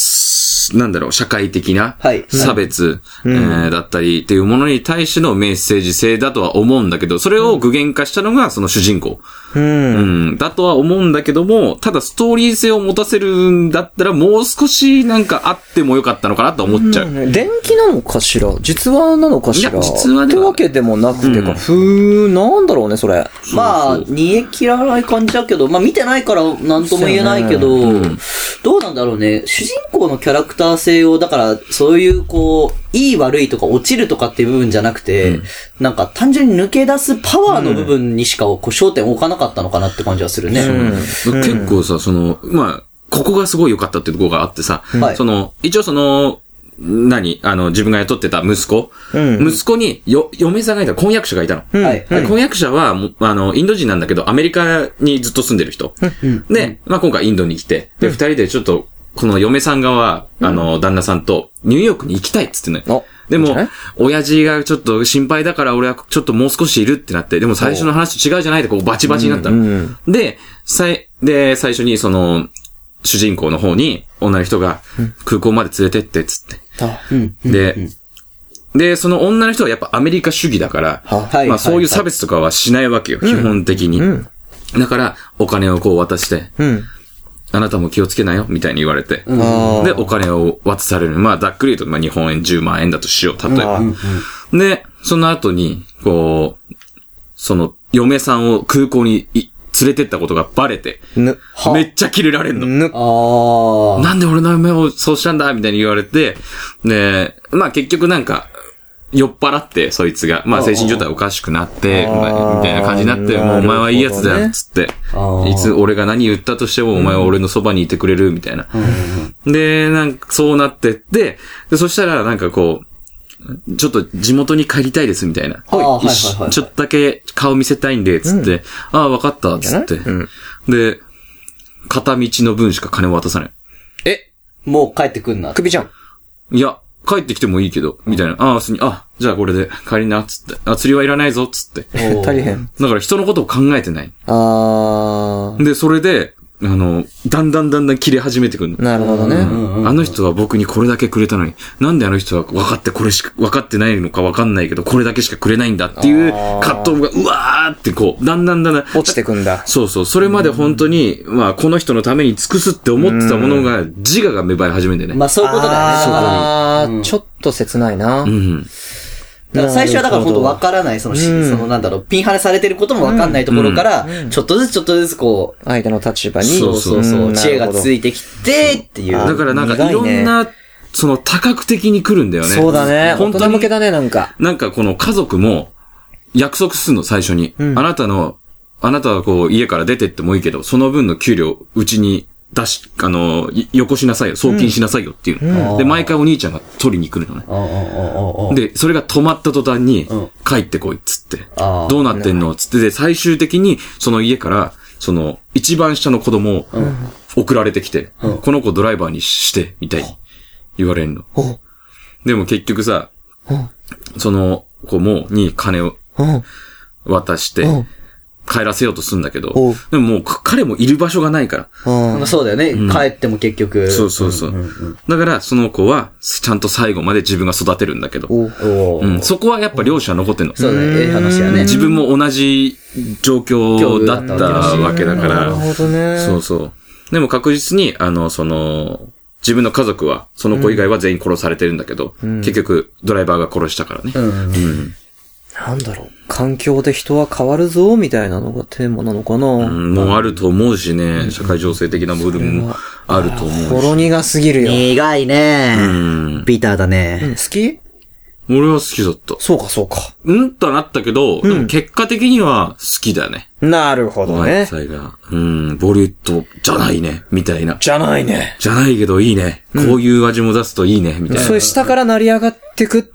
Speaker 3: すなんだろう、社会的な
Speaker 2: はい
Speaker 3: 差別、えーだったりっていうものに対してのメッセージ性だとは思うんだけど、それを具現化したのがその主人公。
Speaker 1: うん
Speaker 3: うん、だとは思うんだけども、ただストーリー性を持たせるんだったらもう少しなんかあってもよかったのかなと思っちゃう。
Speaker 1: 電気なのかしら実話なのかしら
Speaker 3: いや実話では
Speaker 1: ってわけでもなくてか、
Speaker 3: うん
Speaker 1: ふー、なんだろうね、それ。
Speaker 2: まあ、
Speaker 3: そうそう
Speaker 2: 煮え切らない感じだけど、まあ見てないから何とも言えないけど、
Speaker 3: うん
Speaker 2: どうなんだろうね。主人公のキャラクター性を、だから、そういうこう、いい悪いとか落ちるとかっていう部分じゃなくて、なんか単純に抜け出すパワーの部分にしかこう焦点を置かなかったのかなって感じはするね。
Speaker 3: 結構さ、その、まあ、ここがすごい良かったっていうところがあってさ、
Speaker 2: はい
Speaker 3: その、一応その、何あの、自分が雇ってた息子。
Speaker 1: うん
Speaker 3: 息子に、よ、嫁さんがいたの、婚約者がいたの。
Speaker 1: うん
Speaker 2: はい
Speaker 3: で婚約者は、もうあの、インド人なんだけど、アメリカにずっと住んでる人。で、まあ、今回インドに来て、で、二人でちょっと、この嫁さん側、あの、旦那さんと、ニューヨークに行きたいっつってね。
Speaker 1: お
Speaker 3: で
Speaker 1: いいんじ
Speaker 3: も
Speaker 1: ゃない、
Speaker 3: 親父がちょっと心配だから俺はちょっともう少しいるってなって、でも最初の話と違うじゃないでこうバチバチになったの。で、さい、で、最初にその、主人公の方に女の人が空港まで連れてってっつって。
Speaker 1: た。
Speaker 3: で、で、その女の人はやっぱアメリカ主義だから、
Speaker 2: はいは
Speaker 3: まあ
Speaker 2: い
Speaker 3: そういう差別とかはしないわけよ、基本的に。だから、お金をこう渡して、
Speaker 1: うん。
Speaker 3: あなたも気をつけなよ、みたいに言われて。
Speaker 1: あー
Speaker 3: で、お金を渡される。まあ、ざっくり言うと、まあ、日本円10万円だとしよう、例えば。で、その後に、こう、その、嫁さんを空港にい連れてったことがバレて、
Speaker 1: ぬ、
Speaker 3: めっちゃキレられんの。
Speaker 1: ぬ、
Speaker 2: あ
Speaker 3: なんで俺の嫁をそうしたんだみたいに言われて、で、まあ結局なんか、酔っ払って、そいつが。まあ精神状態おかしくなって、
Speaker 1: あー
Speaker 3: まあみたいな感じになって、
Speaker 1: あー
Speaker 3: もうお前はいいやつ
Speaker 1: な
Speaker 3: だ
Speaker 1: るほど
Speaker 3: よ、
Speaker 1: ね
Speaker 3: つって
Speaker 2: あ。ー
Speaker 3: いつ俺が何言ったとしても、お前は俺のそばにいてくれる、みたいな。で、なんかそうなってって、で、そしたらなんかこう、ちょっと地元に帰りたいです、みたいな。
Speaker 2: あーはい
Speaker 3: 一緒
Speaker 2: はいはい
Speaker 3: ちょっとだけ顔見せたいんで、つって。ああ、わかった、つって。で、片道の分しか金を渡さない。
Speaker 1: え、
Speaker 2: ー。もう帰ってくんな。
Speaker 1: 首じゃん。
Speaker 3: いや、帰ってきてもいいけど、みたいな。ああ、普通に、あ、じゃあこれで帰りな、つって。あ、釣りはいらないぞ、つって。だ
Speaker 2: おー
Speaker 1: 大。変。
Speaker 3: から人のことを考えてない。
Speaker 1: あー。
Speaker 3: で、それで、あの、だんだんだんだん切れ始めてくるの。
Speaker 1: なるほどね。
Speaker 3: あの人は僕にこれだけくれたのに、なんであの人は分かってこれしか、分かってないのか分かんないけど、これだけしかくれないんだっていう葛藤が、うわーってこう、だんだんだんだん、
Speaker 1: 落ちてくんだ。
Speaker 3: そうそう、それまで本当に、まあ、この人のために尽くすって思ってたものが、自我が芽生え始めてね。
Speaker 2: まあそういうことだよね。
Speaker 1: あー、ちょっと切ないな。
Speaker 3: うん。
Speaker 2: だから最初はだから本当わからない、そのし、そのなんだろう、ピンハネされてることもわかんないところから、ちょっとずつちょっとずつこう、
Speaker 1: 相手の立場に。
Speaker 3: そうそうそうん
Speaker 2: 知恵がつ
Speaker 1: なる
Speaker 2: いてきて、っていう。
Speaker 3: だからなんかいろ
Speaker 1: 苦い
Speaker 3: んな、その多角的に来るんだよ
Speaker 1: ほ
Speaker 3: ね。
Speaker 1: どそうだね。大
Speaker 3: 本当
Speaker 1: 人
Speaker 3: に
Speaker 1: 向けだね、なんか。
Speaker 3: なんかこの家族も、約束するの、最初に。あなたの、あなたはこう、家から出てってもいいけど、その分の給料、うちに出し、あの、いよこしなさいよ、送金しなさいよっていうの。で、毎回お兄ちゃんが取りに来るのね。
Speaker 2: うんうんうんうんうん
Speaker 3: で、それが止まった途端に
Speaker 2: ん、
Speaker 3: 帰ってこいっつって
Speaker 2: あー、
Speaker 3: どうなってんのっつって、で、最終的に、その家から、その、一番下の子供を送られてきて、この子ドライバーにして、みたいに言われんの。でも結局さ、その子も、に金を
Speaker 1: うん。
Speaker 3: 渡して
Speaker 1: うん、
Speaker 3: 帰らせようとするんだけど
Speaker 1: おう、
Speaker 3: でももうか彼もいる場所がないから、
Speaker 1: うん
Speaker 2: まあそうだよね。帰っても結局。
Speaker 3: そうそうそう。だから、その子は、ちゃんと最後まで自分が育てるんだけど、
Speaker 1: お
Speaker 2: おー
Speaker 3: うん、そこはやっぱ両者残ってんの。
Speaker 2: そうだね。ええ話やね。
Speaker 3: 自分も同じ状況だったわけだか
Speaker 1: なる
Speaker 3: ら、
Speaker 1: ほどね。
Speaker 3: そうそう。でも確実に、あの、その、自分の家族は、その子以外は全員殺されてるんだけど、結局、ドライバーが殺したからね。
Speaker 2: うん。
Speaker 1: なんだろう。環境で人は変わるぞ、みたいなのがテーマなのか
Speaker 3: う
Speaker 1: な。
Speaker 3: んもうあると思うしね、社会情勢的な部分もあると思
Speaker 1: ほ
Speaker 3: うし。
Speaker 1: ろ苦すぎるよ。
Speaker 2: 苦いうね。
Speaker 3: ん。
Speaker 2: ビターだ
Speaker 1: うん
Speaker 2: ね。
Speaker 1: 好き
Speaker 3: 俺は好きだった。
Speaker 1: そうか、そうか。
Speaker 3: うんとはなったけど、でも結果的には好きだね。
Speaker 1: なるほ
Speaker 3: お
Speaker 1: ど
Speaker 3: 前
Speaker 1: ね。
Speaker 3: さが。うん、ボリュットじゃないね、みたいな。
Speaker 1: じゃないね。
Speaker 3: じゃないけどいいね。こういう味も出すといいね、みたいな。
Speaker 1: そういう下から成り上がってく、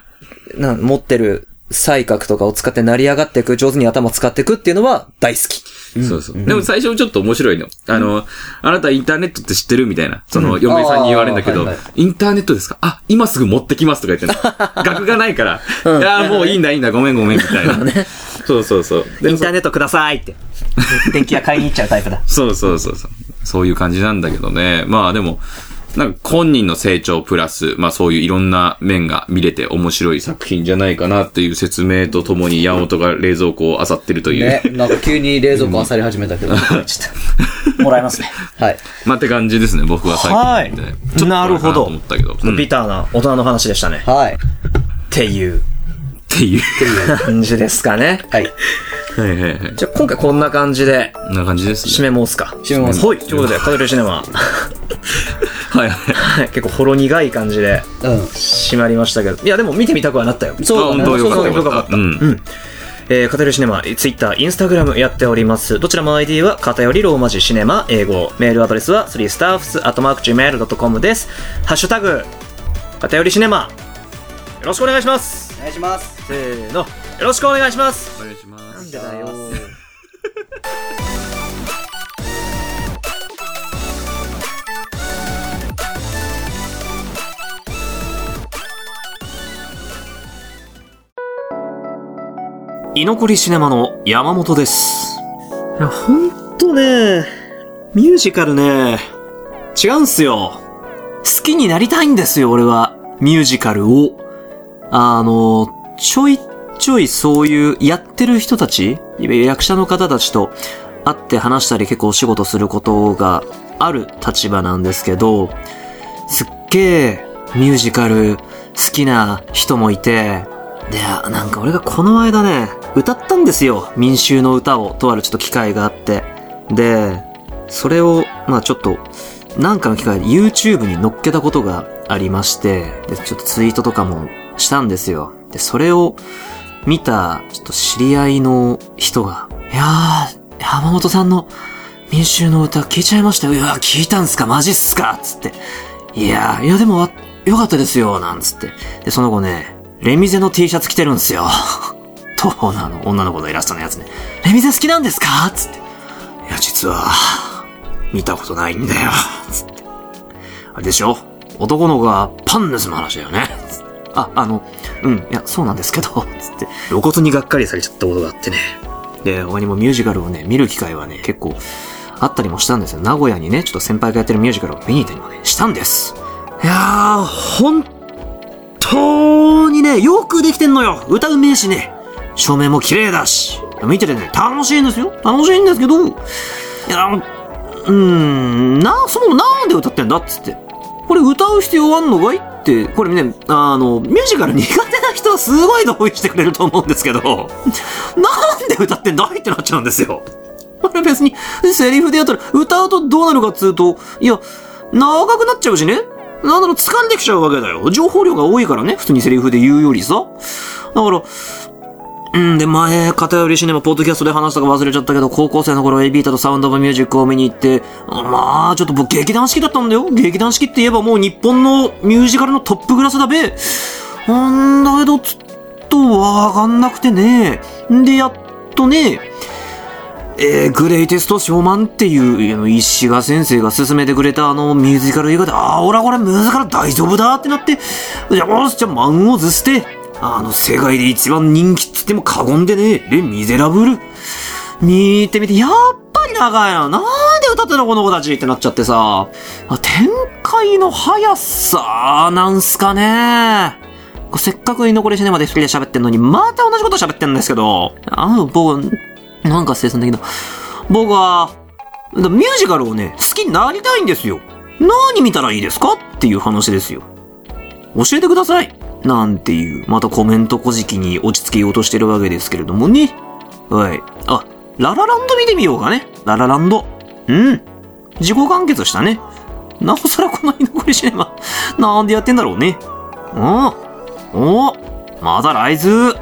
Speaker 1: な、持ってる才覚とかを使って成り上がってく、上手に頭使ってくっていうのは大好き。
Speaker 3: そうそう。でも最初ちょっと面白いの。あの、あなたインターネットって知ってるみたいな。その、嫁さんに言われるんだけ
Speaker 2: あー
Speaker 3: ど
Speaker 2: はい、
Speaker 3: インターネットですかあ、今すぐ持ってきますとか言ってんの額がないから、いやーもういいんだいいんだ、ごめんごめんみたいな。そうそうそう。でも
Speaker 1: ネットください って。
Speaker 2: 電気屋買いに行っちゃうタイプだ。
Speaker 3: そうそうそうそう。そういう感じなんだけどね。まあでも、なんか本人の成長プラス、まあそういういろんな面が見れて面白い作品じゃないかなっていう説明とともに、山本が冷蔵庫を漁ってるという。
Speaker 2: ね。なんか急に冷蔵庫漁り始めたけど。ちょっ
Speaker 4: もらいますね。
Speaker 2: と。はい。
Speaker 3: まあって感じですね、僕は最
Speaker 4: は
Speaker 3: 近
Speaker 4: い
Speaker 3: 見て。
Speaker 4: なるほ
Speaker 3: と
Speaker 4: ど
Speaker 3: 思ったけど。うん
Speaker 4: ビターな大人の話でしたね。
Speaker 2: はい。
Speaker 4: っていう
Speaker 3: っていう。
Speaker 4: 感じですかね。
Speaker 2: はい。
Speaker 3: はいはいはい。
Speaker 4: じゃあ今回こんな感じで
Speaker 3: こんな感じです
Speaker 4: 締
Speaker 3: ね。
Speaker 4: めますか。
Speaker 2: 締めます
Speaker 4: はい。ということで、カトリーシネマ、
Speaker 3: はいはい。
Speaker 4: はい結構ほろ苦い感じで
Speaker 2: う
Speaker 4: 締まりましたけど、いやでも見てみたくはなったよ。
Speaker 2: ん。そうだね。
Speaker 3: あ本当よかった
Speaker 2: そうそう
Speaker 3: よかった。うん。
Speaker 4: えー、偏りシネマ、ツイッター、インスタグラムやっております。どちらも ID は偏りローマ字シネマ、英語。メールアドレスは 3staffs.gmail.com です。ハッシュタグ、
Speaker 1: 偏りシネマ、よろしくお願いします
Speaker 2: お願いします。
Speaker 1: せーの、よろしくお願いします
Speaker 3: お願いします。
Speaker 5: だよ
Speaker 1: 居残りシネマの山本です。
Speaker 5: いや、ほんとね、
Speaker 1: ミュージカルね、違うんすよ。好きになりたいんですよ、俺は。ミュージカルを。あの、ちょいちょいそういうやってる人たち、役者の方たちと会って話したり結構お仕事することがある立場なんですけど、すっげえミュージカル好きな人もいて、で、あなんか俺がこの間ね、歌ったんですよ。民衆の歌を、とあるちょっと機会があって。で、それを、まあちょっと、なんかの機会で YouTube に乗っけたことがありまして、で、ちょっとツイートとかもしたんですよ。で、それを見た、ちょっと知り合いの人が、いやー、山本さんの民衆の歌聞いちゃいましたよ。いやー、聞いたんすかマジっすかつって。いやー、いやでも、あよかったですよ、なんつって。で、その後ね、レミゼの T シャツ着てるんですよ。 そうなの、女の子のイラストのやつね。レミゼ好きなんですかつって。いや、実は、見たことないんだよ。つって。あれでしょ男の子がパン盗む話だよね。つってあ、あの、うん、いや、そうなんですけど、つって。露骨にがっかりされちゃったことがあってね。で、他にもミュージカルをね、見る機会はね、結構、あったりもしたんですよ。名古屋にね、ちょっと先輩がやってるミュージカルを見に行ったりもね、したんです。いやー、本当にね、よくできてんのよ歌うめえしね。照明も綺麗だし。見ててね、楽しいんですよ。楽しいんですけど、いや、うーん、な、そもなんで歌ってんだっつって。これ歌う必要あんのかいって、これね、あの、ミュージカル苦手な人はすごい同意してくれると思うんですけど、 なんで歌ってんだいってなっちゃうんですよ。これ別に、セリフでやったら、歌うとどうなるかっつうと、いや、長くなっちゃうしね。なんだろう、疲れてきちゃうわけだよ。情報量が多いからね、普通にセリフで言うよりさ。だから、うん、で、前、偏りシネマ、ポッドキャストで話したか忘れちゃったけど、高校生の頃、エビータとサウンドオブミュージックを見に行って、まあ、ちょっと僕、劇団四季だったんだよ。劇団四季って言えばもう日本のミュージカルのトップクラスだべ。なんだけど、ちょっとわかんなくてね。で、やっとね、えー、グレイテストショーマンっていう、あの、石賀先生が勧めてくれたあの、ミュージカル映画で、ああ、俺はこれミュージカル大丈夫だってなって、じゃあ、よし、じゃあ、マンをずして、あの、世界で一番人気っつっても過言でねえ、レ・ミゼラブル。に行ってみて、やっぱり長いな。なんで歌ってんのこの子たちってなっちゃってさ、あ展開の速さ、なんすかね。こうせっかく居残りシネマで一人で喋ってんのに、また同じこと喋ってんですけど、あの、僕、なんか生産的な。僕は、ミュージカルをね、好きになりたいんですよ。何見たらいいですかっていう話ですよ。教えてくださいなんていう、またコメント小じきに落ち着けようとしてるわけですけれどもね。はい。あ、ララランド見てみようかね。ララランド。うん。自己完結したね。なおさらこの居残りシネマ、なんでやってんだろうね。うん。おまた来ズ